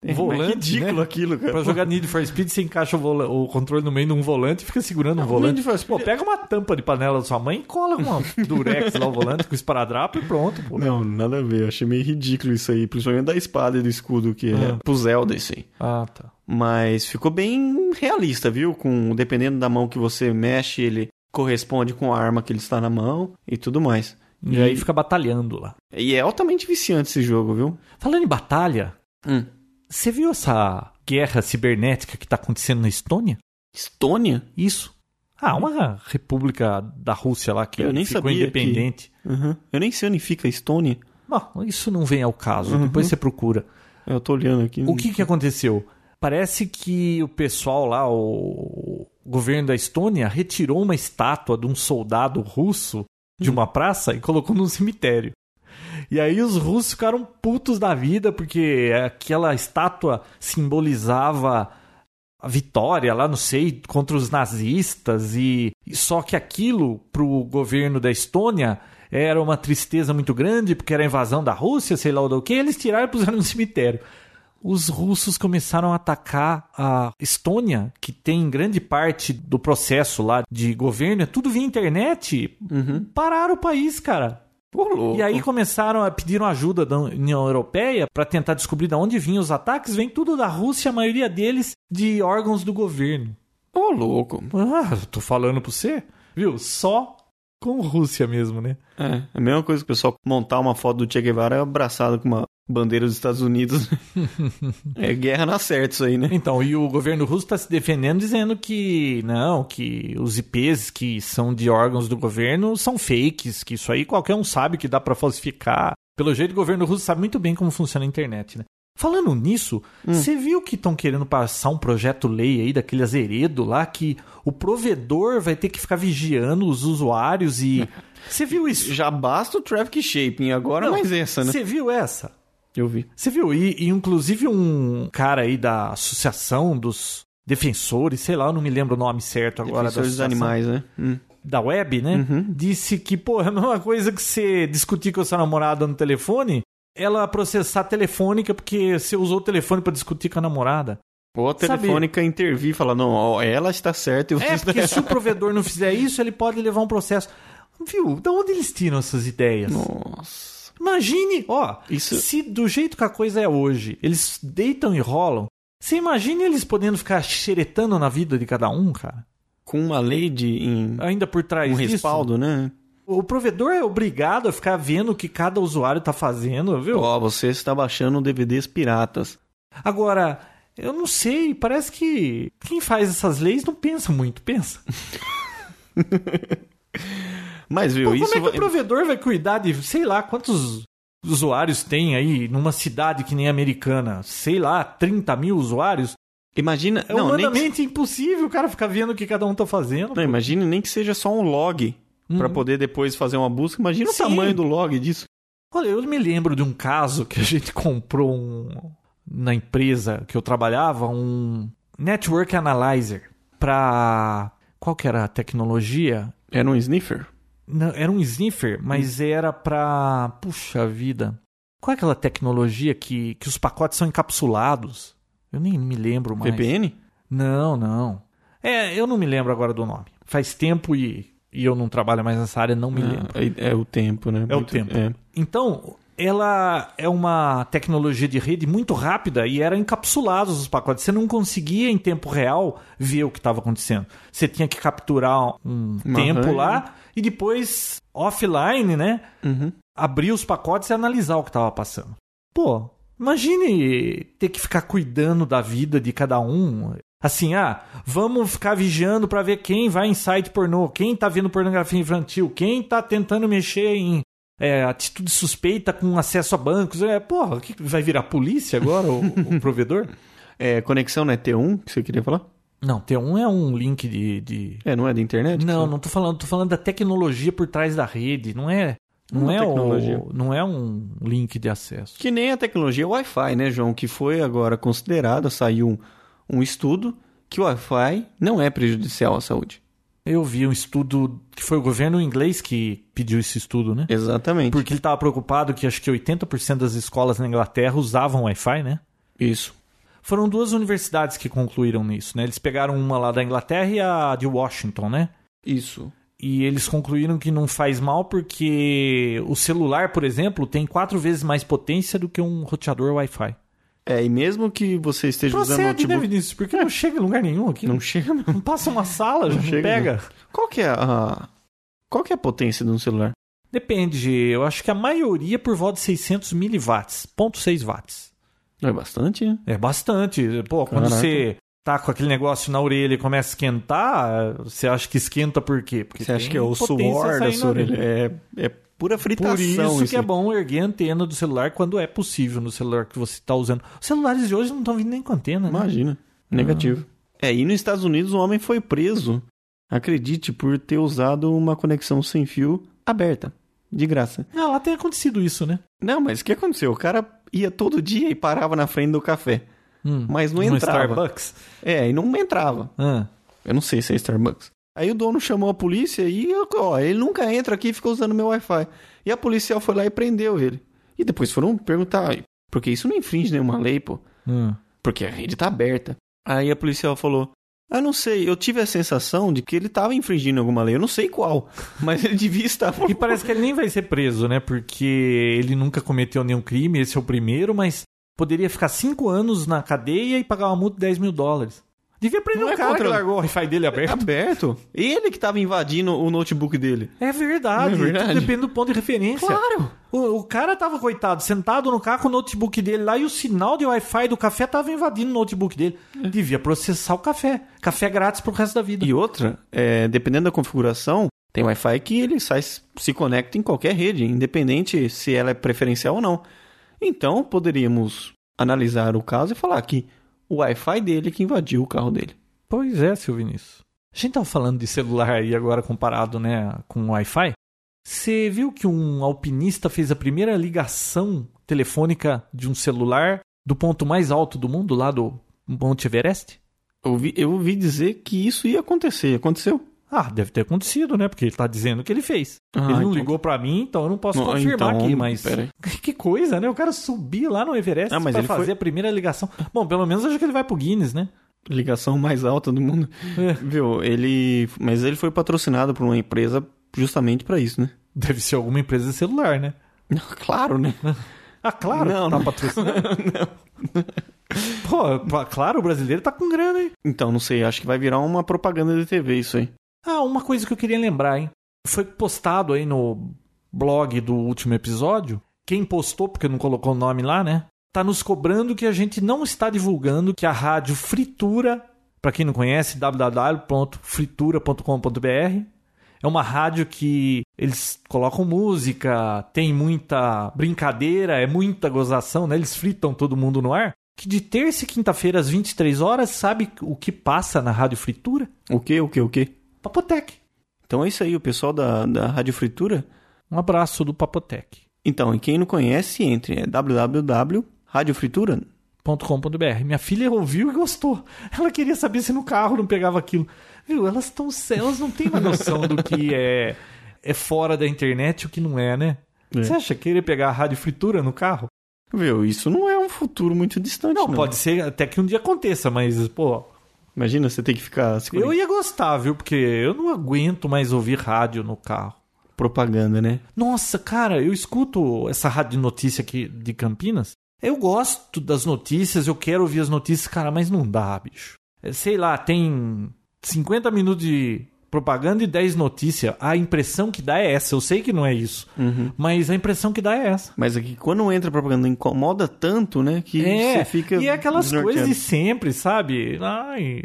B: tem
A: Volante,
B: mas que ridículo
A: né?
B: aquilo, cara.
A: Pra jogar Need for Speed, você encaixa o, vola- o controle no meio de um volante e fica segurando o
B: Não,
A: volante.
B: Need for Speed-
A: Pô, pega uma tampa de panela da sua mãe e cola uma durex lá o volante com esparadrapo e pronto, pô.
B: Não, nada a ver. Eu achei meio ridículo isso aí. Principalmente da espada e do escudo, que é
A: Ah.
B: pro Zelda isso aí.
A: Ah, tá.
B: Mas ficou bem realista, viu? Com dependendo da mão que você mexe, ele corresponde com a arma que ele está na mão e tudo mais.
A: E, aí fica batalhando lá.
B: E é altamente viciante esse jogo, viu?
A: Falando em batalha,
B: Hum.
A: você viu essa guerra cibernética que tá acontecendo na Estônia?
B: Estônia?
A: Isso. Ah, uma república da Rússia lá que
B: Eu nem
A: ficou
B: sabia
A: independente.
B: Uhum. Eu nem sei onde fica Estônia.
A: Bom, isso não vem ao caso. Depois você procura.
B: Eu tô olhando aqui.
A: O que, que aconteceu? Parece que o pessoal lá, o o governo da Estônia, retirou uma estátua de um soldado russo de uma praça e colocou num cemitério. E aí os russos ficaram putos da vida porque aquela estátua simbolizava a vitória lá, não sei, contra os nazistas e e só que aquilo pro governo da Estônia era uma tristeza muito grande porque era a invasão da Rússia, sei lá o que, eles tiraram e puseram no cemitério. Os russos começaram a atacar a Estônia, que tem grande parte do processo lá de governo, é tudo via internet.
B: Uhum.
A: Pararam o país, cara.
B: Pô, louco.
A: E aí começaram a pedir ajuda da União Europeia para tentar descobrir de onde vinham os ataques. Vem tudo da Rússia, a maioria deles de órgãos do governo.
B: Ô, louco.
A: Ah, eu tô falando pra você, viu? Só com Rússia mesmo, né?
B: É, é a mesma coisa que o pessoal montar uma foto do Che Guevara abraçado com uma bandeira dos Estados Unidos. é guerra na certa isso aí, né?
A: Então, e o governo russo está se defendendo dizendo que não, que os IPs que são de órgãos do governo são fakes, que isso aí qualquer um sabe que dá para falsificar. Pelo jeito, o governo russo sabe muito bem como funciona a internet, né? Falando nisso, você viu que estão querendo passar um projeto lei aí daquele azeredo lá que o provedor vai ter que ficar vigiando os usuários e você viu isso?
B: Já basta o traffic shaping, agora
A: Não,
B: mais essa, né?
A: Você viu essa?
B: Eu vi.
A: Você viu? E, e, inclusive um cara aí da associação dos defensores, sei lá, eu não me lembro o nome certo agora da
B: Defensores dos
A: associação,
B: animais, Uhum. né? Hum.
A: da web, né? Disse que, pô, é a mesma coisa que você discutir com a sua namorada no telefone, ela processar a telefônica porque você usou o telefone pra discutir com a namorada.
B: Ou a
A: Sabe-
B: telefônica intervir e falar, não, ó, ela está certa e você
A: É,
B: está
A: porque se o provedor não fizer isso, ele pode levar um processo. Viu? Da onde eles tiram essas ideias?
B: Nossa.
A: Imagine, ó,
B: Isso-
A: se do jeito que a coisa é hoje, eles deitam e rolam, você imagina eles podendo ficar xeretando na vida de cada um, cara?
B: Com uma lei de em,
A: Ainda por trás
B: um
A: disso.
B: respaldo, né?
A: O provedor é obrigado a ficar vendo o que cada usuário tá fazendo, viu?
B: Ó, você está baixando DVDs piratas.
A: Agora, eu não sei, parece que quem faz essas leis não pensa muito, pensa.
B: Mas viu,
A: Pô,
B: isso
A: como é que o
B: vai-
A: provedor vai cuidar de, sei lá, quantos usuários tem aí numa cidade que nem americana? Sei lá, 30 mil usuários?
B: imagina,
A: É
B: não, nem que...
A: humanamente impossível o cara ficar vendo o que cada um tá fazendo.
B: não, imagine nem que seja só um log pra poder depois fazer uma busca. Imagina
A: Uhum. Sim.
B: o tamanho do log disso.
A: Olha, eu me lembro de um caso que a gente comprou um- na empresa que eu trabalhava um network analyzer para qual que era a tecnologia?
B: Era um sniffer?
A: Não, era um sniffer, mas era para puxa vida. Qual é aquela tecnologia que, que os pacotes são encapsulados? Eu nem me lembro mais.
B: VPN?
A: Não, não. É, eu não me lembro agora do nome. Faz tempo e e eu não trabalho mais nessa área, não me lembro.
B: Ah, é, é o tempo, né?
A: É o
B: Muito-
A: tempo.
B: é.
A: Então, ela é uma tecnologia de rede muito rápida e era encapsulados os pacotes. Você não conseguia em tempo real ver o que estava acontecendo. Você tinha que capturar um
B: Uma
A: tempo
B: RAM.
A: lá e depois offline, né?
B: Uhum.
A: Abrir os pacotes e analisar o que estava passando. Pô, imagine ter que ficar cuidando da vida de cada um. Assim, ah, vamos ficar vigiando pra ver quem vai em site pornô, quem tá vendo pornografia infantil, quem tá tentando mexer em é, atitude suspeita com acesso a bancos. É, porra, o que vai virar polícia agora o, o provedor?
B: É, conexão, né? T1, que você queria falar?
A: Não, T1 é um link de. de-
B: É, não é da internet?
A: Não,
B: Você-
A: não tô falando, tô falando da tecnologia por trás da rede, não é. Não
B: Uma
A: é,
B: tecnologia.
A: o, não é um link de acesso.
B: Que nem a tecnologia Wi-Fi, né, João? Que foi agora considerada, saiu um, um estudo que o Wi-Fi não é prejudicial à saúde.
A: Eu vi um estudo que foi o governo inglês que pediu esse estudo, né?
B: Exatamente.
A: Porque ele estava preocupado que acho que 80% das escolas na Inglaterra usavam Wi-Fi, né?
B: Isso.
A: Foram duas universidades que concluíram nisso, né? Eles pegaram uma lá da Inglaterra e a de Washington, né?
B: Isso.
A: E eles concluíram que não faz mal porque o celular, por exemplo, tem quatro vezes mais potência do que um roteador Wi-Fi.
B: É, e mesmo que você esteja usando
A: Procede,
B: notebook...
A: né,
B: É.
A: Vinícius? Porque não chega em lugar nenhum aqui.
B: Não chega, não.
A: Não passa uma sala, já não
B: chega,
A: pega.
B: Qual que é a... Qual que é a potência de um celular?
A: Depende, eu acho que a maioria é por volta de 600 miliwatts, 0.6 watts.
B: Não é bastante, né?
A: É bastante. Pô, quando
B: Caraca.
A: você tá com aquele negócio na orelha e começa a esquentar, você acha que esquenta por quê? Porque
B: Você acha
A: tem
B: que é o
A: potência
B: suor da
A: saindo
B: sua
A: ali.
B: orelha? É, é pura fritação.
A: Por isso que é
B: aí.
A: bom erguer a antena do celular quando é possível no celular que você está usando. Os celulares de hoje não estão vindo nem com antena, né?
B: Imagina. Negativo. Uhum. É, e nos Estados Unidos um homem foi preso, acredite, por ter usado uma conexão sem fio aberta. De graça.
A: Ah, lá tem acontecido isso, né?
B: Não, mas o que aconteceu? O cara ia todo dia e parava na frente do café.
A: Hum.
B: Mas não
A: no
B: entrava.
A: Starbucks.
B: É, e não entrava.
A: Ah.
B: Eu não sei se é Starbucks. Aí o dono chamou a polícia e, ó, ele nunca entra aqui e fica usando meu Wi-Fi. E a policial foi lá e prendeu ele. E depois foram perguntar, porque isso não infringe nenhuma lei, pô.
A: Hum.
B: porque a rede tá aberta. Aí a policial falou: Ah, não sei, eu tive a sensação de que ele tava infringindo alguma lei, eu não sei qual, mas ele devia estar.
A: E parece que ele nem vai ser preso, né? Porque ele nunca cometeu nenhum crime, esse é o primeiro, mas poderia ficar cinco anos na cadeia e pagar uma multa de 10 mil dólares. Devia prender
B: Não
A: o
B: é
A: cara
B: contra-
A: que largou o Wi-Fi dele aberto.
B: aberto. Ele que tava invadindo o notebook dele.
A: É verdade,
B: Não é verdade?
A: tudo depende do ponto de referência.
B: Claro.
A: O, o cara tava, coitado, sentado no carro com o notebook dele lá e o sinal de Wi-Fi do café tava invadindo o notebook dele.
B: É.
A: Devia processar o café. Café grátis pro resto da vida.
B: E outra, é, dependendo da configuração, tem Wi-Fi que ele sai, se conecta em qualquer rede, independente se ela é preferencial ou não. Então poderíamos analisar o caso e falar que o Wi-Fi dele que invadiu o carro dele.
A: Pois é, seu Vinícius. A gente tava falando de celular aí agora comparado, né, com Wi-Fi. Você viu que um alpinista fez a primeira ligação telefônica de um celular do ponto mais alto do mundo, lá do Monte Everest?
B: Eu ouvi, eu ouvi dizer que isso ia acontecer. Aconteceu?
A: Ah, deve ter acontecido, né? Porque ele tá dizendo que ele fez.
B: Ah,
A: ele não
B: então-
A: ligou pra mim, então eu não posso
B: Não,
A: confirmar
B: então,
A: aqui, mas
B: peraí.
A: que coisa, né? O cara subir lá no Everest
B: Ah, mas
A: pra
B: ele
A: fazer
B: foi-
A: a primeira ligação. Bom, pelo menos acho que ele vai pro Guinness, né?
B: ligação mais alta do mundo.
A: É.
B: Viu? Ele, mas ele foi patrocinado por uma empresa justamente pra isso, né?
A: Deve ser alguma empresa de celular, né?
B: Não, Claro, né?
A: Ah, claro,
B: Não,
A: tá
B: não.
A: patrocinando. Pô, pá, claro, o brasileiro tá com grana, hein?
B: Então, não sei, acho que vai virar uma propaganda de TV isso aí.
A: Ah, uma coisa que eu queria lembrar, hein? Foi postado aí no blog do último episódio. Quem postou, porque não colocou o nome lá, né? Tá nos cobrando que a gente não está divulgando que a rádio Fritura, pra quem não conhece, www.fritura.com.br, é uma rádio que eles colocam música, tem muita brincadeira, é muita gozação, né? Eles fritam todo mundo no ar. Que de terça e quinta-feira às 23 horas, sabe o que passa na Rádio Fritura?
B: O que, o que, o que?
A: Papotec.
B: Então é isso aí, o pessoal da, da Rádio Fritura.
A: Um abraço do papotec.com.br.
B: Então, e quem não conhece, entre. É www.radiofritura.
A: Minha filha ouviu e gostou. Ela queria saber se no carro não pegava aquilo. Viu? Elas estão elas não têm uma noção do que é é fora da internet e o que não é, né?
B: É.
A: Você acha que querer pegar a rádio fritura no carro?
B: Viu, isso não é um futuro muito distante,
A: Não, pode ser até que um dia aconteça, mas, pô,
B: Imagina você ter que ficar se
A: Eu ia gostar, viu? Porque eu não aguento mais ouvir rádio no carro.
B: propaganda, né?
A: Nossa, cara, eu escuto essa rádio de notícia aqui de Campinas. Eu gosto das notícias, eu quero ouvir as notícias, cara, mas não dá, bicho. É, Sei lá, tem 50 minutos de propaganda e 10 notícias. A impressão que dá é essa. Eu sei que não é isso,
B: Uhum.
A: mas a impressão que dá é essa.
B: Mas aqui quando entra propaganda incomoda tanto, né? Que
A: É,
B: você fica.
A: e é aquelas
B: desnorteado.
A: coisas de sempre, sabe? Ai,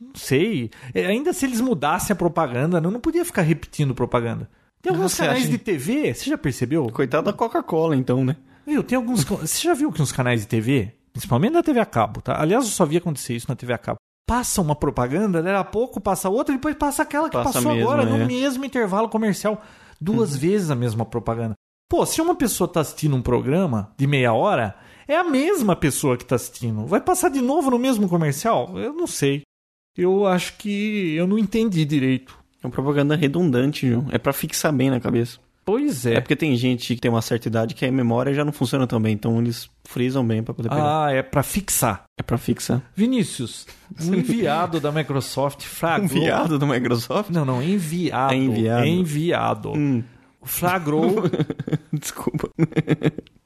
A: não sei. É, Ainda se eles mudassem a propaganda, não, não podia ficar repetindo propaganda. Tem alguns
B: você
A: canais
B: acha?
A: de TV, você já percebeu?
B: Coitado da Coca-Cola, então, né?
A: Viu, tem alguns. can- Você já viu que uns canais de TV, principalmente na TV a cabo, tá? Aliás, eu só vi acontecer isso na TV a cabo. Passa uma propaganda, daí a pouco passa outra, e depois passa aquela que
B: Passa
A: passou
B: mesmo,
A: agora,
B: é. Uhum.
A: no mesmo intervalo comercial. Duas vezes a mesma propaganda. Pô, se uma pessoa tá assistindo um programa de meia hora, é a mesma pessoa que tá assistindo. Vai passar de novo no mesmo comercial? Eu não sei. Eu acho que eu não entendi direito.
B: É uma propaganda redundante, João. É pra fixar bem na cabeça.
A: Pois
B: É porque tem gente que tem uma certa idade que a memória já não funciona tão bem, então eles frisam bem pra poder pegar.
A: Ah, é pra fixar.
B: É pra fixar.
A: Vinícius, um enviado da
B: Um
A: Microsoft flagrou.
B: Enviado do Microsoft?
A: Não, não, enviado.
B: É enviado. Hum.
A: Enviado. Flagrou
B: Desculpa.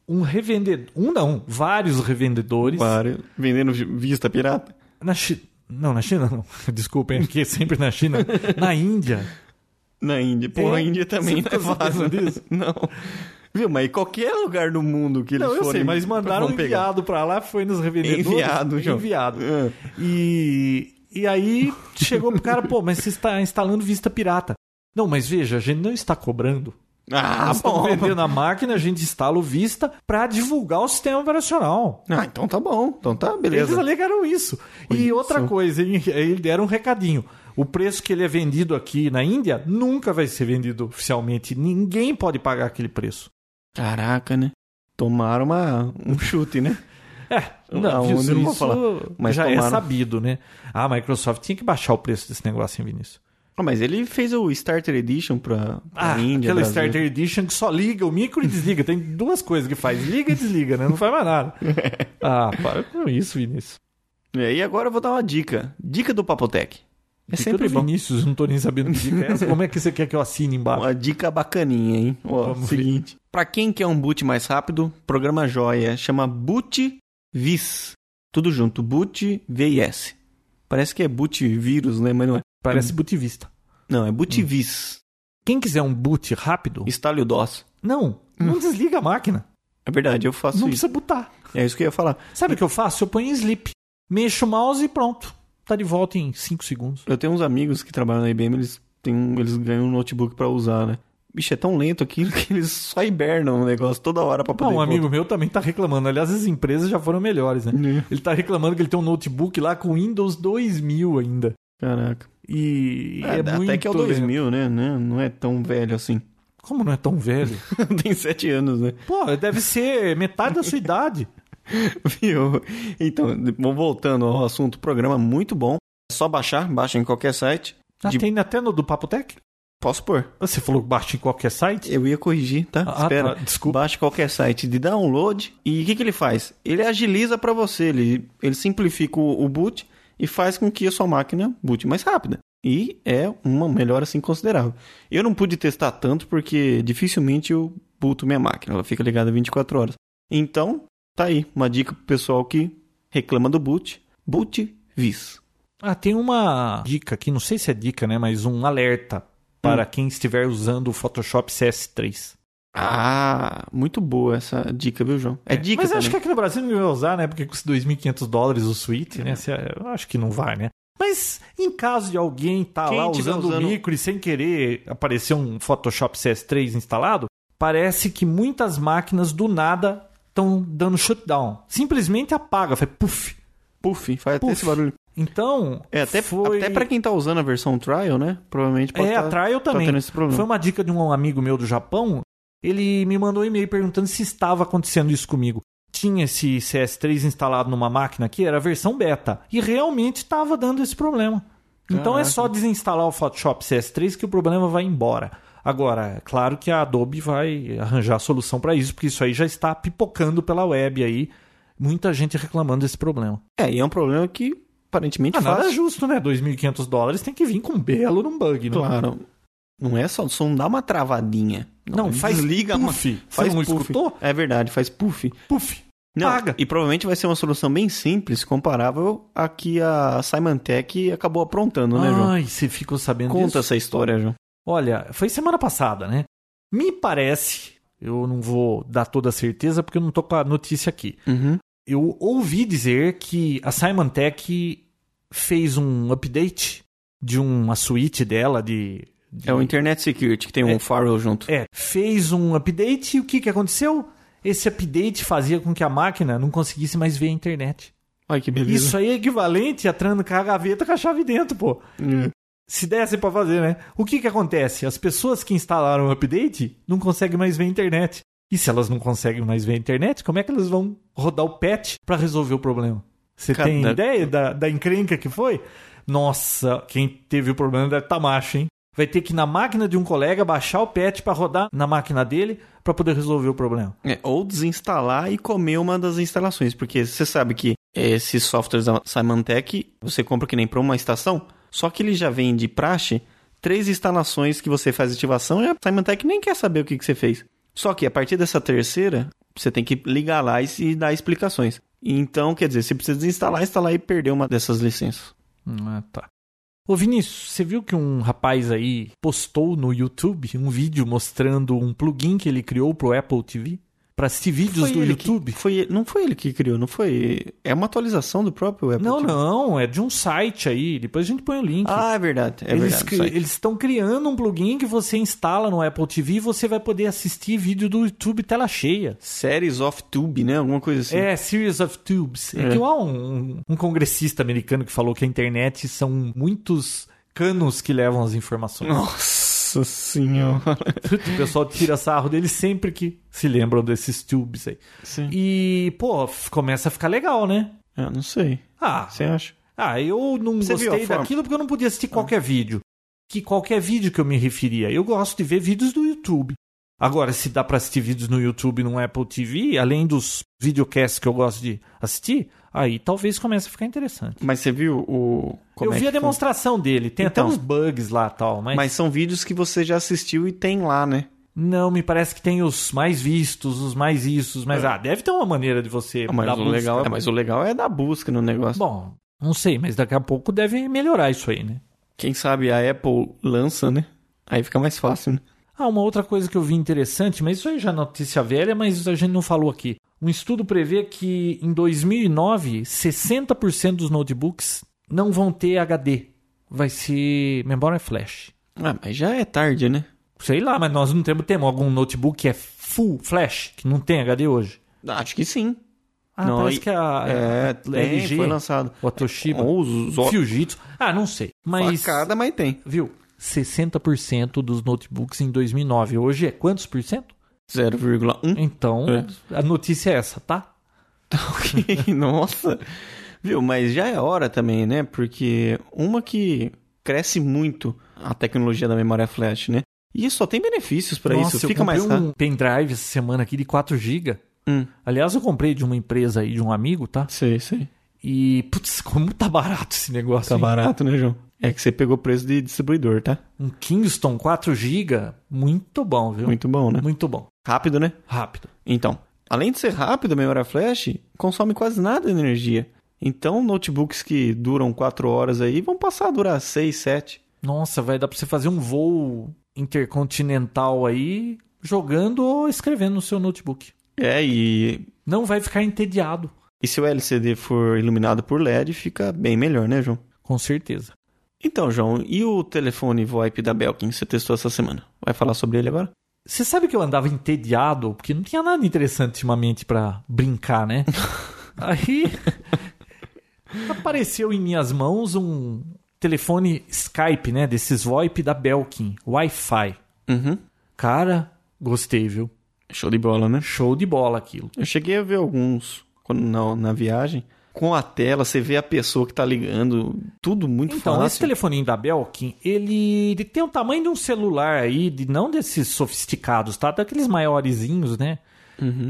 A: um revendedor. Um não, vários revendedores.
B: Claro. Vendendo vista pirata?
A: Na China. Não, na China não. Desculpem, porque é sempre na China. Na Índia.
B: Na Índia. Pô, a
A: É?
B: Índia também
A: Você
B: não é
A: tá sabendo
B: fácil. né?
A: disso?
B: Não. Viu, mas em qualquer lugar do mundo que eles
A: Não, eu
B: forem...
A: sei, mas mandaram um
B: vão pegar.
A: enviado pra lá, foi nos revendedores.
B: Enviado, João.
A: Enviado.
B: É.
A: E, e aí chegou pro cara, pô, mas você está instalando vista pirata. Não, mas veja, a gente não está cobrando.
B: Ah,
A: Nós estamos
B: bom.
A: vendendo a máquina, a gente instala o Vista pra divulgar o sistema operacional.
B: Ah, então tá bom. Então tá,
A: Eles
B: beleza.
A: alegaram isso. E outra coisa, hein, eles deram um recadinho. O preço que ele é vendido aqui na Índia nunca vai ser vendido oficialmente. Ninguém pode pagar aquele preço.
B: Caraca, né? Tomaram uma, um chute, né?
A: É,
B: Não,
A: não,
B: eu
A: isso,
B: não vou falar, mas
A: já é
B: tomaram.
A: sabido, né? Ah, a Microsoft tinha que baixar o preço desse negócio, hein, Vinícius?
B: Ah, Mas ele fez o Starter Edition pra, pra
A: Ah,
B: Índia.
A: aquela
B: Brasil.
A: Starter Edition que só liga o micro e desliga. Tem duas coisas que faz, liga e desliga, né? Não faz mais nada. Ah, para com isso, Vinícius.
B: É, E agora eu vou dar uma dica. Dica do Papotec. É
A: Dica
B: sempre
A: do
B: bom.
A: Vinícius, não tô nem sabendo que dica é essa. Como é que você quer que eu assine embaixo?
B: Uma dica bacaninha, hein? Ó,
A: Vamos
B: seguinte. Pra quem quer um boot mais rápido, programa joia. Chama Boot Vis. Tudo junto. Boot VIS. Parece que é boot vírus, né? Mas não é.
A: Parece butivista.
B: Não, é boot vis.
A: Quem quiser um boot rápido,
B: Instale o DOS.
A: não,
B: Hum.
A: não desliga a máquina.
B: É verdade, eu faço
A: Não
B: isso.
A: precisa botar.
B: É isso que eu ia falar.
A: Sabe o que eu faço? Eu ponho em sleep. Mexo o mouse e pronto. Tá de volta em 5 segundos.
B: Eu tenho uns amigos que trabalham na IBM, eles, têm um- eles ganham um notebook pra usar, né? Bicho, é tão lento aquilo que eles só hibernam o negócio toda hora pra poder...
A: Não, um amigo meu também tá reclamando. Aliás, as empresas já foram melhores, né?
B: Né?
A: Ele tá reclamando que ele tem um notebook lá com Windows 2000 ainda.
B: Caraca.
A: E é,
B: É, até
A: muito
B: que é o
A: lento.
B: 2000, né? Né? Não é tão velho assim.
A: Como não é tão velho?
B: Tem sete anos, né?
A: Pô, deve ser metade da sua idade.
B: Viu? Então, bom, voltando ao assunto, programa muito bom. É só baixar, baixa em qualquer site.
A: Ah,
B: De-
A: tem até no do Papotec?
B: Posso pôr.
A: Você falou que baixa em qualquer site?
B: Eu ia corrigir, tá?
A: Ah,
B: Espera.
A: tá. Desculpa.
B: Baixa qualquer site de download e o que, que ele faz? Ele agiliza pra você, ele, ele simplifica o, o boot e faz com que a sua máquina boot mais rápida. E é uma melhora assim considerável. Eu não pude testar tanto porque dificilmente eu booto minha máquina, ela fica ligada 24 horas. Então, tá aí uma dica pro pessoal que reclama do boot, boot vis.
A: Ah, tem uma dica aqui, não sei se é dica, né? Mas um alerta para
B: Hum.
A: quem estiver usando o Photoshop CS3.
B: Ah, muito boa essa dica, viu, João? É, dica
A: Mas
B: também.
A: acho que aqui no Brasil ninguém vai usar, né? Porque com os 2.500 dólares o suíte,
B: É.
A: né? Cê- Eu acho que não vai, né? Mas em caso de alguém estar
B: Quem
A: lá
B: tiver
A: usando o
B: usando-
A: micro e sem querer aparecer um Photoshop CS3 instalado, parece que muitas máquinas do nada estão dando shutdown. Simplesmente apaga, faz puff.
B: Puff, faz até
A: Puff.
B: esse barulho.
A: Então,
B: É, até,
A: foi...
B: até pra quem tá usando a versão trial, né? Provavelmente pode
A: É,
B: tá,
A: a Trial
B: tá
A: também.
B: tendo esse problema.
A: Foi uma dica de um amigo meu do Japão. Ele me mandou um e-mail perguntando se estava acontecendo isso comigo. Tinha esse CS3 instalado numa máquina aqui, era a versão beta. E realmente estava dando esse problema. Então é
B: Caraca.
A: só desinstalar o Photoshop CS3 que o problema vai embora. Agora, é claro que a Adobe vai arranjar a solução para isso, porque isso aí já está pipocando pela web aí. Muita gente reclamando desse problema.
B: É, e é um problema que aparentemente
A: Ah, nada
B: fácil.
A: justo, né? 2.500 dólares tem que vir com um belo num bug, né?
B: Claro. Não é só, só não dá uma travadinha.
A: Não, faz
B: liga
A: puff. Você
B: Faz
A: não
B: puff.
A: escutou?
B: É verdade, faz puff.
A: Puf.
B: Não,
A: Paga.
B: E provavelmente vai ser uma solução bem simples, comparável à que a Symantec acabou aprontando, né, João?
A: Ai, você ficou sabendo
B: Conta
A: disso?
B: essa história, João.
A: Olha, foi semana passada, né? Me parece, eu não vou dar toda a certeza porque eu não tô com a notícia aqui.
B: Uhum.
A: Eu ouvi dizer que a Symantec fez um update de uma suíte dela de, de
B: É o Internet Security, que tem um
A: É.
B: firewall junto.
A: É, fez um update e o que, que aconteceu? Esse update fazia com que a máquina não conseguisse mais ver a internet.
B: Ai, que beleza.
A: Isso aí é equivalente a trancar a gaveta com a chave dentro, pô.
B: É.
A: Se desse pra fazer, né? O que que acontece? As pessoas que instalaram o update não conseguem mais ver a internet. E se elas não conseguem mais ver a internet, como é que elas vão rodar o patch pra resolver o problema? Você
B: Cada-
A: tem ideia da, da encrenca que foi? Nossa, quem teve o problema deve tá macho, hein? Vai ter que ir na máquina de um colega baixar o patch pra rodar na máquina dele pra poder resolver o problema.
B: É, ou desinstalar e comer uma das instalações, porque você sabe que esses softwares da Symantec você compra que nem para uma estação, só que ele já vem de praxe três instalações que você faz ativação e a Symantec nem quer saber o que, que você fez. Só que a partir dessa terceira, você tem que ligar lá e se dar explicações. Então, quer dizer, você precisa desinstalar, instalar e perder uma dessas licenças.
A: Ah, tá. Ô Vinícius, você viu que um rapaz aí postou no YouTube um vídeo mostrando um plugin que ele criou pro Apple TV? Pra assistir vídeos
B: Foi
A: do
B: ele que-
A: YouTube?
B: foi, ele- não foi ele que criou, não foi. É uma atualização do próprio Apple.
A: Não,
B: TV.
A: não, é de um site aí. Depois a gente põe o link.
B: Ah, é verdade. É
A: eles
B: verdade.
A: cri-
B: isso aí.
A: eles estão criando um plugin que você instala no Apple TV e você vai poder assistir vídeo do YouTube tela cheia.
B: Series of Tube, né? Alguma coisa assim.
A: É, Series of Tubes. É,
B: É.
A: que há um, um congressista americano que falou que a internet são muitos canos que levam as informações.
B: Nossa senhora.
A: O pessoal tira sarro dele sempre que se lembram desses tubes aí.
B: Sim.
A: E, pô, f- começa a ficar legal, né?
B: Eu não sei.
A: Ah,
B: Você acha?
A: ah eu não
B: Você viu a
A: gostei
B: forma? Ah.
A: daquilo porque eu não podia assistir qualquer vídeo. Que qualquer vídeo que eu me referia. Eu gosto de ver vídeos do YouTube. Agora, se dá pra assistir vídeos no YouTube e no Apple TV, além dos videocasts que eu gosto de assistir, aí talvez comece a ficar interessante.
B: Mas você viu o. como
A: eu
B: é
A: vi
B: que
A: a demonstração dele, tem
B: Então.
A: até uns bugs lá e tal,
B: foi?
A: mas...
B: Mas são vídeos que você já assistiu e tem lá, né?
A: Não, me parece que tem os mais vistos, os mais isso, os mais. Ah, deve ter uma maneira de você
B: Ah, mas,
A: dar
B: o
A: busca.
B: legal é, mas o legal é da busca no negócio.
A: Bom, não sei, mas daqui a pouco deve melhorar isso aí, né?
B: Quem sabe a Apple lança, né? Aí fica mais fácil, né?
A: Ah, uma outra coisa que eu vi interessante, mas isso aí já é notícia velha, mas a gente não falou aqui. Um estudo prevê que em 2009, 60% dos notebooks não vão ter HD. Vai ser memória flash.
B: Ah, mas já é tarde, né?
A: Sei lá, mas nós não temos, temos algum notebook que é full flash, que não tem HD hoje.
B: Acho que sim.
A: Ah,
B: Não,
A: parece
B: aí-
A: que a,
B: é, tem,
A: LG,
B: foi lançado.
A: ou a Toshiba,
B: Ou os os-
A: Fujitsu. Ah, não sei. Mas,
B: facada, mas tem.
A: viu? 60% dos notebooks em 2009. Hoje é quantos por cento?
B: 0,1.
A: Então, a notícia é essa, tá?
B: Ok, Nossa. Viu, mas já é hora também, né? Porque uma que cresce muito a tecnologia da memória flash, né? E isso só tem benefícios pra
A: Nossa,
B: isso.
A: eu
B: Fica mais
A: comprei
B: rápido.
A: um pendrive essa semana aqui de 4 GB.
B: Hum.
A: Aliás, eu comprei de uma empresa aí, de um amigo, tá?
B: Sei, sei.
A: E, putz, como tá barato esse negócio.
B: Tá
A: hein?
B: barato, né, João? É que você pegou preço de distribuidor, tá?
A: Um Kingston 4 GB, muito bom, viu?
B: Muito bom, né?
A: Muito bom.
B: Rápido, né?
A: Rápido.
B: Então, além de ser rápido, a memória flash consome quase nada de energia. Então, notebooks que duram 4 horas aí vão passar a durar 6, 7.
A: Nossa, vai dar pra você fazer um voo intercontinental aí, jogando ou escrevendo no seu notebook.
B: É, e
A: Não vai ficar entediado,
B: E se o LCD for iluminado por LED, fica bem melhor, né, João?
A: com certeza.
B: Então, João, e o telefone VoIP da Belkin que você testou essa semana? Vai falar sobre ele agora?
A: Você sabe que eu andava entediado, porque não tinha nada interessante ultimamente pra brincar, né? Aí apareceu em minhas mãos um telefone Skype, né, desses VoIP da Belkin, Wi-Fi.
B: Uhum.
A: Cara, gostei, viu?
B: Show de bola, né?
A: Show de bola aquilo.
B: Eu cheguei a ver alguns quando, na, na viagem. Com a tela, você vê a pessoa que tá ligando. Tudo muito
A: Então, esse
B: fácil.
A: telefoninho da Belkin, ele, ele tem o tamanho de um celular aí,
B: Uhum.
A: de, não desses sofisticados, tá? Daqueles maiorzinhos, né?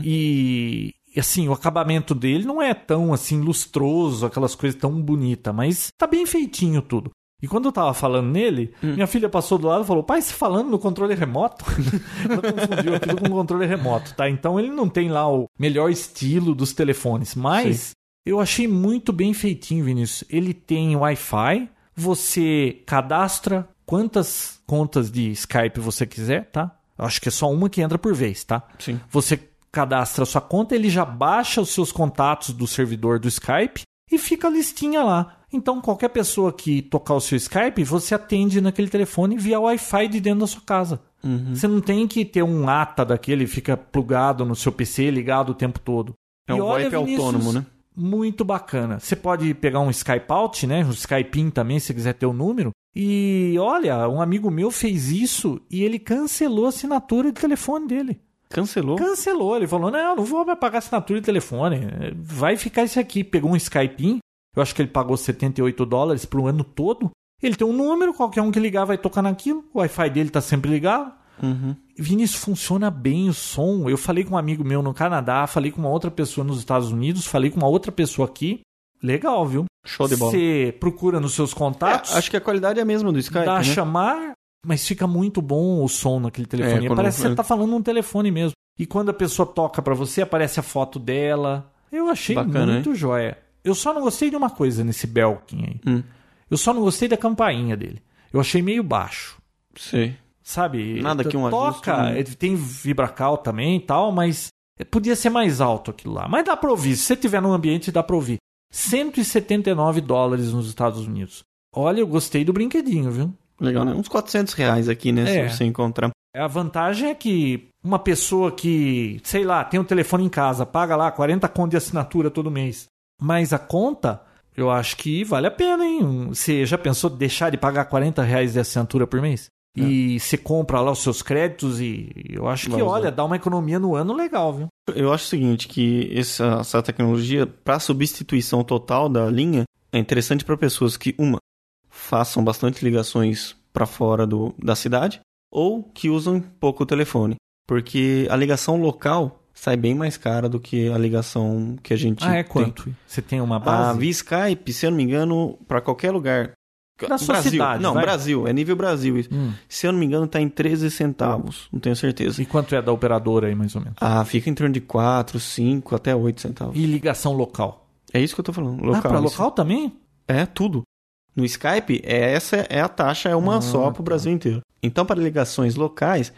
A: E E assim, o acabamento dele não é tão assim lustroso, aquelas coisas tão bonitas, mas tá bem feitinho tudo. E quando eu tava falando nele,
B: Hum.
A: minha filha passou do lado e falou: Pai, você tá falando no controle remoto? Ela confundiu aquilo com um controle remoto, tá? Então ele não tem lá o melhor estilo dos telefones, mas eu achei muito bem feitinho, Vinícius. Ele tem Wi-Fi, você cadastra quantas contas de Skype você quiser, tá? Eu Acho que é só uma que entra por vez, tá?
B: Sim.
A: Você cadastra a sua conta, ele já baixa os seus contatos do servidor do Skype e fica a listinha lá. Então, qualquer pessoa que tocar o seu Skype, você atende naquele telefone via Wi-Fi de dentro da sua casa.
B: Uhum.
A: Você não tem que ter um ATA daquele, fica plugado no seu PC, ligado o tempo todo.
B: É
A: E
B: um
A: olha,
B: VoIP
A: Vinícius,
B: autônomo, né?
A: Muito bacana. Você pode pegar um Skype Out, né? Um Skype In também, se quiser ter o número. E olha, um amigo meu fez isso e ele cancelou a assinatura de telefone dele.
B: Cancelou.
A: Cancelou. Ele falou: Não, não vou mais pagar assinatura de telefone. Vai ficar isso aqui. Pegou um Skype In. Eu acho que ele pagou 78 dólares para o ano todo. Ele tem um número, qualquer um que ligar vai tocar naquilo. O Wi-Fi dele tá sempre ligado.
B: Uhum.
A: Vinícius, funciona bem o som. Eu falei com um amigo meu no Canadá, falei com uma outra pessoa nos Estados Unidos, falei com uma outra pessoa aqui. Legal, viu?
B: Show de bola.
A: Você procura nos seus contatos,
B: É, acho que a qualidade é a mesma do Skype,
A: dá
B: né?
A: a
B: É,
A: chamar, mas fica muito bom o som naquele telefone.
B: quando-
A: Parece que você tá falando num telefone mesmo. E quando a pessoa toca pra você, aparece a foto dela. Eu achei
B: Bacana,
A: muito joia. Eu só não gostei de uma coisa nesse Belkin aí.
B: Hum.
A: Eu só não gostei da campainha dele. Eu achei meio baixo
B: Sei.
A: sabe?
B: Nada que um
A: toca,
B: ajuste, né?
A: ele tem vibracal também e tal, mas podia ser mais alto aquilo lá. Mas dá pra ouvir, se você tiver num ambiente dá pra ouvir. 179 dólares nos Estados Unidos. Olha, eu gostei do brinquedinho, viu?
B: Legal, né? Uns 400 reais aqui, né?
A: É.
B: Se você encontrar.
A: A vantagem é que uma pessoa que, sei lá, tem um telefone em casa, paga lá 40 conto de assinatura todo mês, mas a conta, eu acho que vale a pena, hein? Um, Você já pensou deixar de pagar 40 reais de assinatura por mês? E você compra lá os seus créditos e eu acho que,
B: Vamos
A: olha,
B: lá.
A: dá uma economia no ano legal, viu?
B: Eu acho o seguinte, que essa, essa tecnologia, para substituição total da linha, é interessante para pessoas que, uma, façam bastante ligações para fora do, da cidade, ou que usam pouco o telefone. Porque a ligação local sai bem mais cara do que a ligação que a gente
A: Ah, é
B: tem.
A: quanto? Você tem Ah, uma
B: A
A: base?
B: via Skype, se eu não me engano, para qualquer lugar.
A: Da sua
B: Brasil.
A: cidade,
B: Não,
A: vai.
B: Brasil. É nível Brasil isso.
A: Hum.
B: Se eu não me engano, tá em 13 centavos. Não tenho certeza.
A: E quanto é da operadora aí, mais ou menos?
B: Ah, fica em torno de 4, 5, até 8 centavos.
A: E ligação local?
B: É isso que eu tô falando.
A: ah,
B: Local.
A: pra
B: isso.
A: local também?
B: É, tudo. No Skype, é, essa é a taxa, é uma
A: Ah,
B: só pro
A: tá.
B: Brasil inteiro. Então, para ligações locais,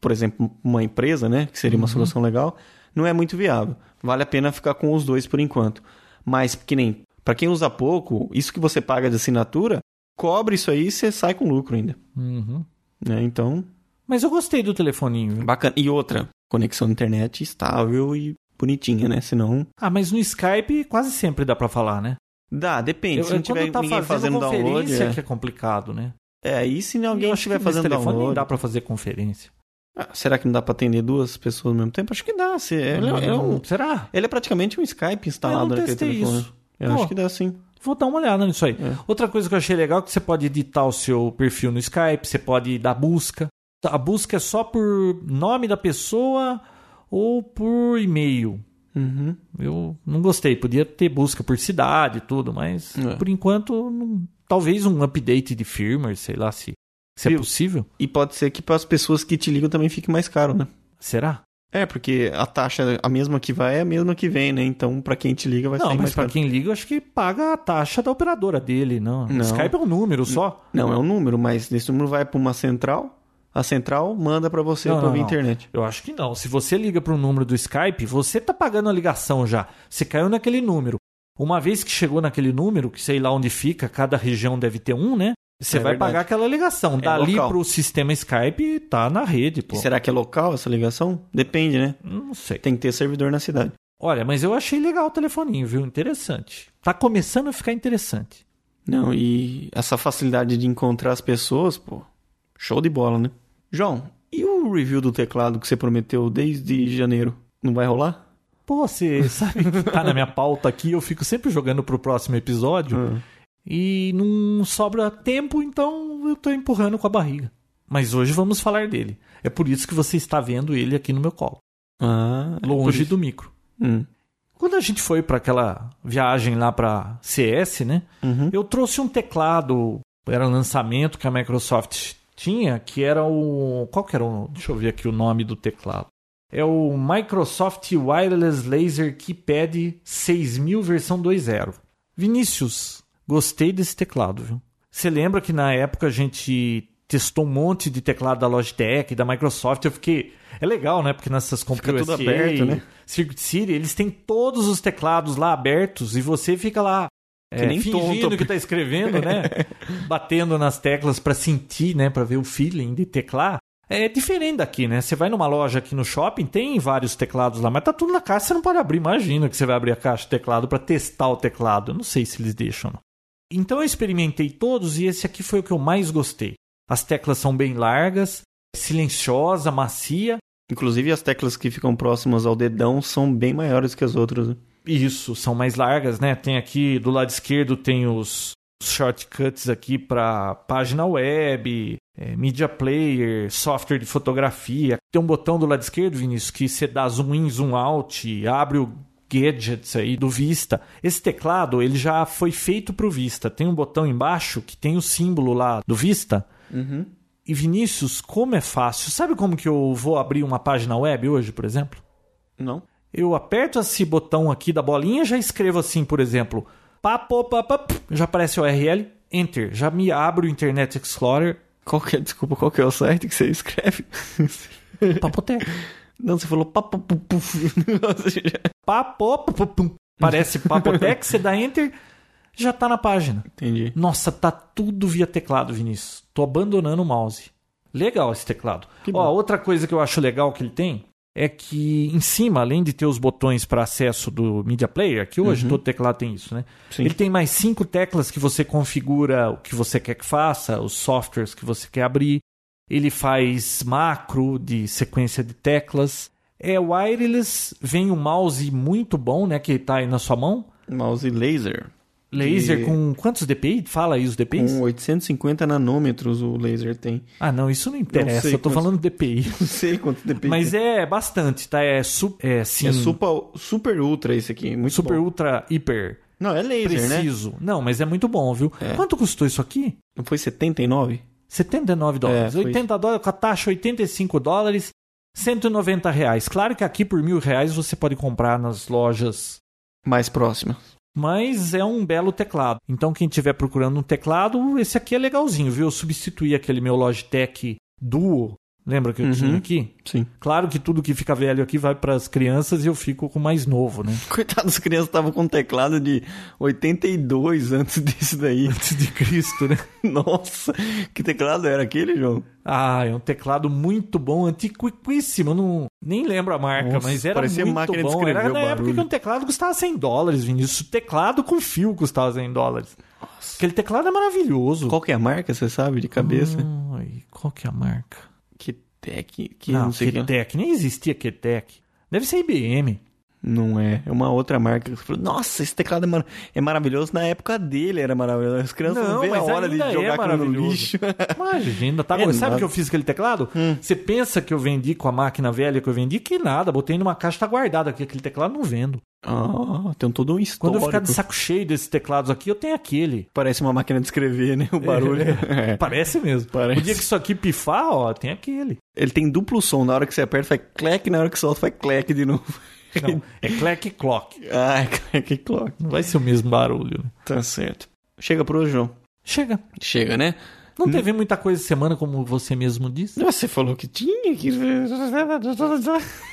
B: por exemplo, uma empresa, né? Que seria
A: Uhum.
B: uma solução legal, não é muito viável. Vale a pena ficar com os dois por enquanto. Mas, que nem, para quem usa pouco, isso que você paga de assinatura, cobre isso aí e você sai com lucro ainda.
A: Uhum.
B: Né? Então,
A: Mas eu gostei do telefoninho, viu?
B: bacana. E outra, conexão de internet estável e bonitinha, né? Senão,
A: Ah, mas no Skype quase sempre dá pra falar, né?
B: dá, depende. Se
A: Eu-
B: não tiver
A: quando tá
B: ninguém fazendo, download...
A: conferência
B: É,
A: que é complicado, né?
B: é, aí se
A: Eu
B: alguém
A: acho
B: estiver
A: que nesse
B: fazendo
A: telefone
B: um download...
A: nem dá pra fazer conferência.
B: Ah, será que não dá pra atender duas pessoas ao mesmo tempo? Acho que dá. Se é, ele, é um-
A: Será?
B: ele é praticamente um Skype
A: eu
B: instalado
A: não
B: naquele
A: testei
B: telefone.
A: isso.
B: Eu
A: Pô.
B: acho que dá sim.
A: Vou dar uma olhada nisso aí.
B: É.
A: Outra coisa que eu achei legal é que você pode editar o seu perfil no Skype, você pode dar busca. A busca é só por nome da pessoa ou por e-mail.
B: Uhum.
A: Eu não gostei. Podia ter busca por cidade e tudo, mas
B: É.
A: por enquanto, não- talvez um update de firmware, sei lá se, se é
B: Viu?
A: possível.
B: E pode ser que para as pessoas que te ligam também fique mais caro, né?
A: Será?
B: É, porque a taxa, a mesma que vai é a mesma que vem, né? Então, pra quem te liga vai
A: não,
B: sair
A: mas
B: mais
A: pra
B: caro.
A: quem liga, eu acho que paga a taxa da operadora dele, não.
B: Não.
A: Skype é um número só.
B: Não, é um número, mas esse número vai pra uma central, a central manda pra você
A: Não,
B: pra
A: não,
B: ouvir
A: não.
B: internet.
A: Eu acho que não. Se você liga para um número do Skype, você tá pagando a ligação já. Você caiu naquele número. Uma vez que chegou naquele número, que sei lá onde fica, cada região deve ter um, né? Você
B: É
A: vai
B: verdade. É
A: pagar aquela ligação. Dali
B: local.
A: pro sistema Skype tá na rede, pô.
B: E será que é local essa ligação? Depende, né?
A: Não sei.
B: Tem que ter servidor na cidade.
A: Olha, mas eu achei legal o telefoninho, viu? Interessante. Tá começando a ficar interessante.
B: Não, e essa facilidade de encontrar as pessoas, pô, show de bola, né? João, e o review do teclado que você prometeu desde janeiro? Não vai rolar?
A: Pô, você sabe que tá na minha pauta aqui, eu fico sempre jogando pro próximo episódio
B: Ah.
A: e não sobra tempo, então eu tô empurrando com a barriga. Mas hoje vamos falar dele. É por isso que você está vendo ele aqui no meu colo,
B: Ah, é por
A: longe
B: isso.
A: do micro.
B: Hum.
A: Quando a gente foi para aquela viagem lá para CS, né?
B: Uhum.
A: Eu trouxe um teclado, era um lançamento que a Microsoft tinha, que era o. Qual que era o. Deixa eu ver aqui o nome do teclado. É o Microsoft Wireless Laser Keypad 6000 versão 2.0. Vinícius, gostei desse teclado, viu? Você lembra que na época a gente testou um monte de teclado da Logitech, da Microsoft, eu fiquei... É legal, né? Porque nessas
B: Fica
A: compras
B: tudo aberto, né?
A: Circuit City, eles têm todos os teclados lá abertos e você fica lá
B: Que
A: é,
B: nem
A: fingindo
B: tonto.
A: que tá escrevendo, né? Batendo nas teclas pra sentir, né? Pra ver o feeling de teclar. É diferente daqui, né? Você vai numa loja aqui no shopping, tem vários teclados lá, mas tá tudo na caixa, você não pode abrir. Imagina que você vai abrir a caixa de teclado pra testar o teclado. Eu não sei se eles deixam. não. Então eu experimentei todos e esse aqui foi o que eu mais gostei. As teclas são bem largas, silenciosa, macia,
B: Inclusive as teclas que ficam próximas ao dedão são bem maiores que as outras. né?
A: Isso, são mais largas, né? Tem aqui do lado esquerdo tem os os shortcuts aqui para página web, é, media player, software de fotografia. Tem um botão do lado esquerdo, Vinícius, que você dá zoom in, zoom out, abre o gadgets aí do Vista. Esse teclado, ele já foi feito pro Vista. Tem um botão embaixo que tem o símbolo lá do Vista. E Vinícius, como é fácil. Sabe como que eu vou abrir uma página web hoje, por exemplo?
B: Não?
A: Eu aperto esse botão aqui da bolinha, já escrevo assim, por exemplo, papo, papap, já aparece o URL, enter, já me abre o Internet Explorer,
B: Qual que é, desculpa, qual que é o site que você escreve?
A: papoteca.
B: Não, você falou papo pu- pu- um negócio assim já-
A: Papo, papapum. Parece papoteca, você dá enter, já tá na página.
B: Entendi.
A: Nossa, tá tudo via teclado, Vinícius. Tô abandonando o mouse. Legal esse teclado.
B: Que
A: Ó,
B: bom.
A: outra coisa que eu acho legal que ele tem é que em cima, além de ter os botões para acesso do Media Player, que hoje todo teclado tem isso, né?
B: Uhum. Sim.
A: Ele tem mais cinco teclas que você configura o que você quer que faça, os softwares que você quer abrir. Ele faz macro de sequência de teclas. É wireless, vem um mouse muito bom, né? Que tá aí na sua mão.
B: Mouse laser. Um
A: Laser
B: Que-
A: com quantos DPI? Fala aí os DPIs.
B: Com 850 nanômetros o laser tem.
A: Ah, não, isso não interessa.
B: sei é
A: eu tô
B: quantos-
A: falando DPI.
B: Não sei quanto depende.
A: Mas é bastante, tá? É, su... é sim.
B: É super, super ultra esse aqui. Muito
A: super,
B: bom.
A: ultra, hiper
B: Não, é laser, né?
A: preciso. Não, mas é muito bom, viu? Quanto custou isso aqui?
B: Não foi 79?
A: 79 dólares.
B: É, foi
A: 80 dólares com a taxa 85 dólares, 190 reais. Claro que aqui por mil reais você pode comprar nas lojas,
B: Mais próxima.
A: mas é um belo teclado. Então quem estiver procurando um teclado, esse aqui é legalzinho, viu? Eu substituí aquele meu Logitech Duo, lembra que eu
B: Uhum.
A: tinha aqui?
B: Sim.
A: Claro que tudo que fica velho aqui vai para as crianças e eu fico com o mais novo, né?
B: Coitado, as crianças estavam com um teclado de 82 antes disso daí.
A: Antes de Cristo, né?
B: Nossa, que teclado era aquele, João?
A: Ah, é um teclado muito bom, antiquíssimo. eu Não, nem lembro a marca,
B: Nossa,
A: mas era
B: parecia
A: muito
B: máquina de
A: bom.
B: escrever
A: era
B: o
A: na época
B: barulho.
A: que um teclado custava 100 dólares, Vinícius. O teclado com fio custava 100 dólares. Aquele teclado é maravilhoso.
B: Qual que é a marca, você sabe, de cabeça?
A: Hum. Ai, qual que é a marca?
B: Que tec, que
A: não,
B: não, sei é. que...
A: Ketec. Nem existia Ketec. Deve ser IBM.
B: Não é, é uma outra marca. Você falou, Nossa, esse teclado é, mar- é maravilhoso. Na época dele era maravilhoso. As crianças não,
A: Não,
B: veem a
A: mas
B: hora de
A: ainda é
B: jogar aquilo no
A: maravilhoso.
B: lixo.
A: Imagina, tá
B: É
A: bom. Sabe
B: nada. Hum.
A: o que eu fiz com aquele teclado? Você pensa que eu vendi com a máquina velha que eu vendi? Que nada, botei numa caixa, tá guardado aqui. Aquele teclado eu não vendo.
B: Ah, tem todo um
A: Quando
B: histórico.
A: eu ficar de saco cheio desses teclados aqui, eu tenho aquele.
B: Parece uma máquina de escrever, né? O barulho. É.
A: Parece mesmo.
B: Parece.
A: O dia que isso aqui pifar, ó, tem aquele.
B: Ele tem duplo som. Na hora que você aperta, faz clack. Na hora que solta, faz clack de novo.
A: Não, é clack clock.
B: Ah, clack, clack.
A: Não vai ser o mesmo barulho, né?
B: Tá certo. Chega pro hoje, João.
A: Chega.
B: Chega, né?
A: Não teve muita coisa essa semana, como você mesmo disse?
B: Você falou que tinha que...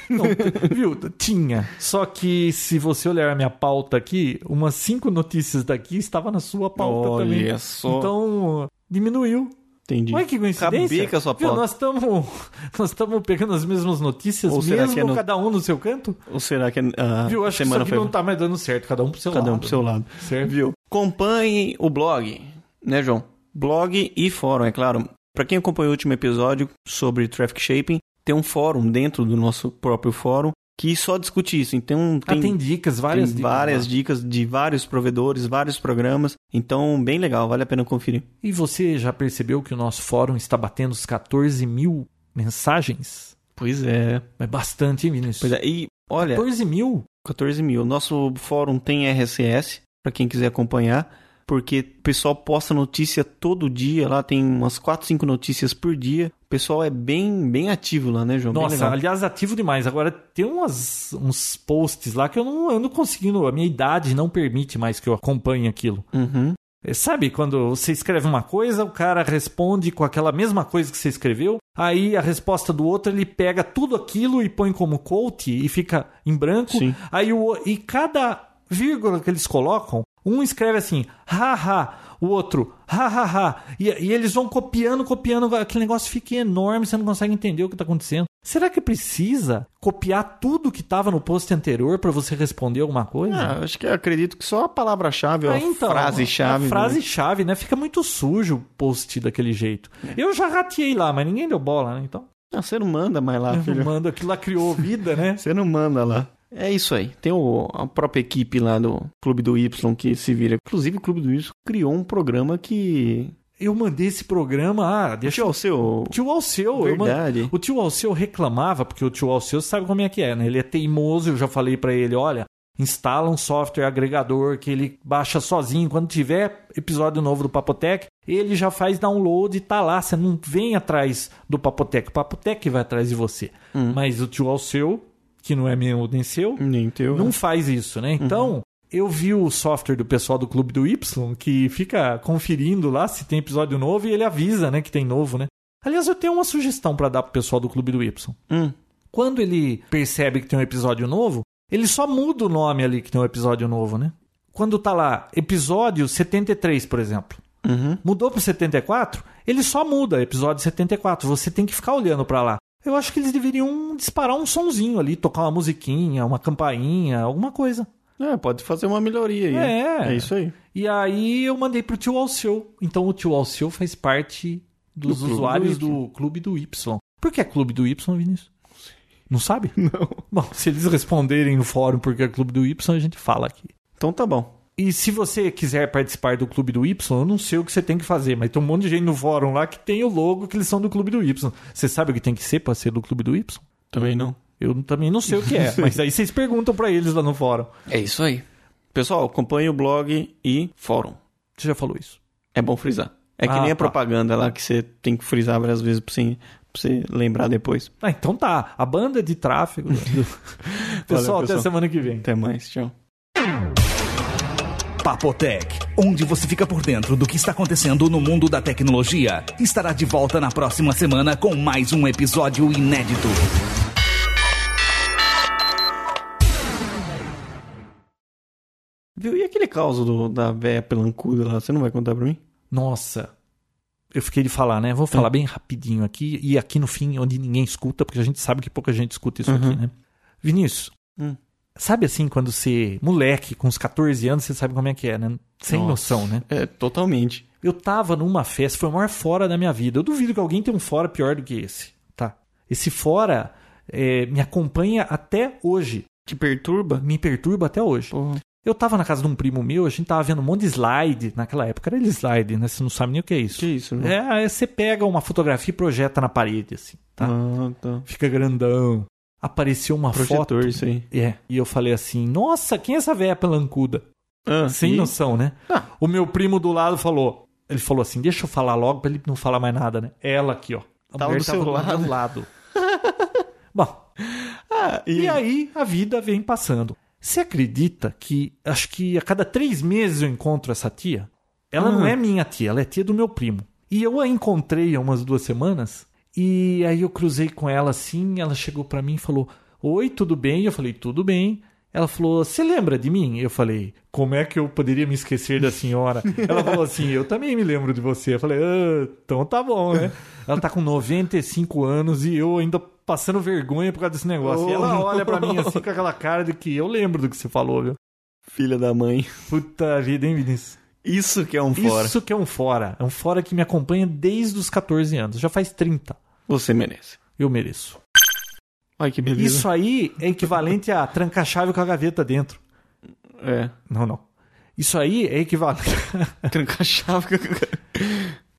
A: Não, te- viu? Tinha. Só que se você olhar a minha pauta aqui, umas cinco notícias daqui estava na sua pauta
B: Olha
A: também.
B: só.
A: Então, diminuiu.
B: Entendi.
A: Olha que coincidência.
B: Acabei com a sua
A: Viu,
B: pauta.
A: nós estamos nós estamos pegando as mesmas notícias,
B: Ou será
A: mesmo
B: que é no-
A: cada um no seu canto.
B: Ou será que a
A: Viu? Acho que isso
B: semana
A: aqui
B: foi...
A: não tá mais dando certo, cada um pro seu
B: Cada um
A: lado.
B: pro seu lado.
A: Certo?
B: Viu? Acompanhe o blog, né, João? Blog e fórum, é claro. Pra quem acompanhou o último episódio sobre traffic shaping, tem um fórum dentro do nosso próprio fórum que só discute isso. Então
A: Ah,
B: tem,
A: tem dicas, várias
B: tem
A: dicas. né?
B: várias
A: lá.
B: dicas de vários provedores, vários programas. Então, bem legal, vale a pena conferir.
A: E você já percebeu que o nosso fórum está batendo os 14 mil mensagens?
B: Pois é.
A: É bastante, hein, Vinícius?
B: Pois é. E olha,
A: 14 mil?
B: 14 mil. Nosso fórum tem RSS, para quem quiser acompanhar, porque o pessoal posta notícia todo dia, lá tem umas 4, 5 notícias por dia. O pessoal é bem, bem ativo lá, né, João? Bem
A: Nossa,
B: legal.
A: aliás, ativo demais. Agora, tem umas, uns posts lá que eu não ando conseguindo. A minha idade não permite mais que eu acompanhe aquilo.
B: Uhum.
A: É, Sabe quando você escreve uma coisa, o cara responde com aquela mesma coisa que você escreveu, aí a resposta do outro ele pega tudo aquilo e põe como quote e fica em branco.
B: Sim.
A: Aí o, e cada vírgula que eles colocam, um escreve assim, haha, o outro, hahaha. E, e eles vão copiando, copiando, aquele negócio fica enorme, você não consegue entender o que está acontecendo. Será que precisa copiar tudo que estava no post anterior para você responder alguma coisa?
B: Ah, acho que eu acredito que só a palavra-chave,
A: Ah,
B: então, a frase-chave.
A: A frase-chave, né? Fica muito sujo o post daquele jeito. Eu já rateei lá, mas ninguém deu bola, né? Então,
B: Ah, você não manda mais lá,
A: eu
B: filho.
A: mando aquilo lá criou vida, né?
B: Você não manda lá. É isso aí. Tem o- a própria equipe lá do Clube do Y que se vira. Inclusive, o Clube do Y criou um programa que.
A: Eu mandei esse programa, ah, deixa
B: Deixa o seu.
A: o tio Alceu, eu mandei.
B: Verdade.
A: O tio Alceu reclamava, porque o tio Alceu sabe como é que é, né? Ele é teimoso, eu já falei pra ele, olha, instala um software agregador que ele baixa sozinho. Quando tiver episódio novo do Papotec, ele já faz download e tá lá. Você não vem atrás do Papotec. O Papotec vai atrás de você. Mas o tio Alceu, que não é meu nem seu,
B: Nem teu.
A: não faz isso, né? Então, eu vi o software do pessoal do Clube do Y, que fica conferindo lá se tem episódio novo e ele avisa, né, que tem novo, né? Aliás, eu tenho uma sugestão pra dar pro pessoal do Clube do Y.
B: Hum.
A: Quando ele percebe que tem um episódio novo, ele só muda o nome ali que tem um episódio novo, né? Quando tá lá, episódio 73, por exemplo.
B: Uhum.
A: Mudou pro 74, ele só muda episódio 74. Você tem que ficar olhando pra lá. Eu acho que eles deveriam disparar um sonzinho ali, tocar uma musiquinha, uma campainha, alguma coisa.
B: É, pode fazer uma melhoria aí.
A: É.
B: É isso aí.
A: E aí eu mandei pro tio Alceu. Então o tio Alceu faz parte dos
B: Do Clube
A: usuários
B: do Y.
A: do Clube do Y. Por que é Clube do Y, Vinícius? Não sabe? Não. Bom, se eles responderem no fórum porque é Clube do Y, a gente fala aqui.
B: Então tá bom.
A: E se você quiser participar do Clube do Y, eu não sei o que você tem que fazer, mas tem um monte de gente no fórum lá que tem o logo que eles são do Clube do Y. Você sabe o que tem que ser para ser do Clube do Y?
B: Também não.
A: Eu também não sei o que é, mas aí vocês perguntam para eles lá no fórum.
B: É isso aí. Pessoal, acompanhe o blog e fórum.
A: Você já falou isso?
B: É bom frisar. É que
A: Ah,
B: nem a
A: tá.
B: propaganda lá que você tem que frisar várias vezes pra você, pra você lembrar depois.
A: Ah, então tá. A banda de tráfego. pessoal, até
B: pessoal.
A: semana que vem.
B: Até mais, tchau.
C: Papotec, onde você fica por dentro do que está acontecendo no mundo da tecnologia, estará de volta na próxima semana com mais um episódio inédito.
B: Viu? E aquele caos do, da véia pelancuda lá, você não vai contar pra mim?
A: Nossa. Eu fiquei de falar, né? Vou falar bem rapidinho aqui. E aqui no fim, onde ninguém escuta, porque a gente sabe que pouca gente escuta isso aqui, né? Vinícius,
B: Hum.
A: sabe assim, quando você, moleque, com uns 14 anos, você sabe como é que é, né? Sem
B: Nossa.
A: noção, né?
B: É, totalmente.
A: Eu tava numa festa, foi o maior fora da minha vida. Eu duvido que alguém tenha um fora pior do que esse, tá? Esse fora é, me acompanha até hoje.
B: Te perturba?
A: Me perturba até hoje.
B: Porra.
A: Eu tava na casa de um primo meu, a gente tava vendo um monte de slide. Naquela época era slide, né? Você não sabe nem o que é isso.
B: Que isso, né?
A: É, aí você pega uma fotografia e projeta na parede, assim, tá?
B: Ah, tá.
A: Fica grandão. Apareceu uma
B: Projetor,
A: foto.
B: isso aí.
A: É. E eu falei assim, nossa, quem é essa véia pelancuda?
B: Ah,
A: Sem
B: e-
A: noção, né?
B: Ah.
A: O meu primo do lado falou. Ele falou assim: deixa eu falar logo pra ele não falar mais nada, né? Ela aqui, ó. A
B: Tava
A: mulher
B: tá do seu lado.
A: meu lado. Bom,
B: Ah, e,
A: e aí a vida vem passando. Você acredita que acho que a cada três meses eu encontro essa tia? Ela não
B: Ah.
A: é minha tia, ela é tia do meu primo. E eu a encontrei há umas duas semanas, e aí eu cruzei com ela assim, ela chegou pra mim e falou: Oi, tudo bem? Eu falei, tudo bem. Ela falou, você lembra de mim? Eu falei, como é que eu poderia me esquecer da senhora? Ela falou assim, eu também me lembro de você. Eu falei, "Ah, então tá bom, né? Ela tá com 95 anos e eu ainda passando vergonha por causa desse negócio. e ela
B: Oh,
A: olha pra mim
B: não.
A: assim com aquela cara de que eu lembro do que você falou, viu?
B: Filha da mãe.
A: Puta vida, hein, Vinícius?
B: Isso que é um fora.
A: Isso que é um fora. É um fora que me acompanha desde os 14 anos. Já faz 30.
B: Você merece.
A: Eu mereço.
B: Ai, que beleza.
A: Isso aí é equivalente a trancar a chave com a gaveta dentro.
B: É.
A: Não, não. Isso aí é equivalente.
B: Trancar a chave.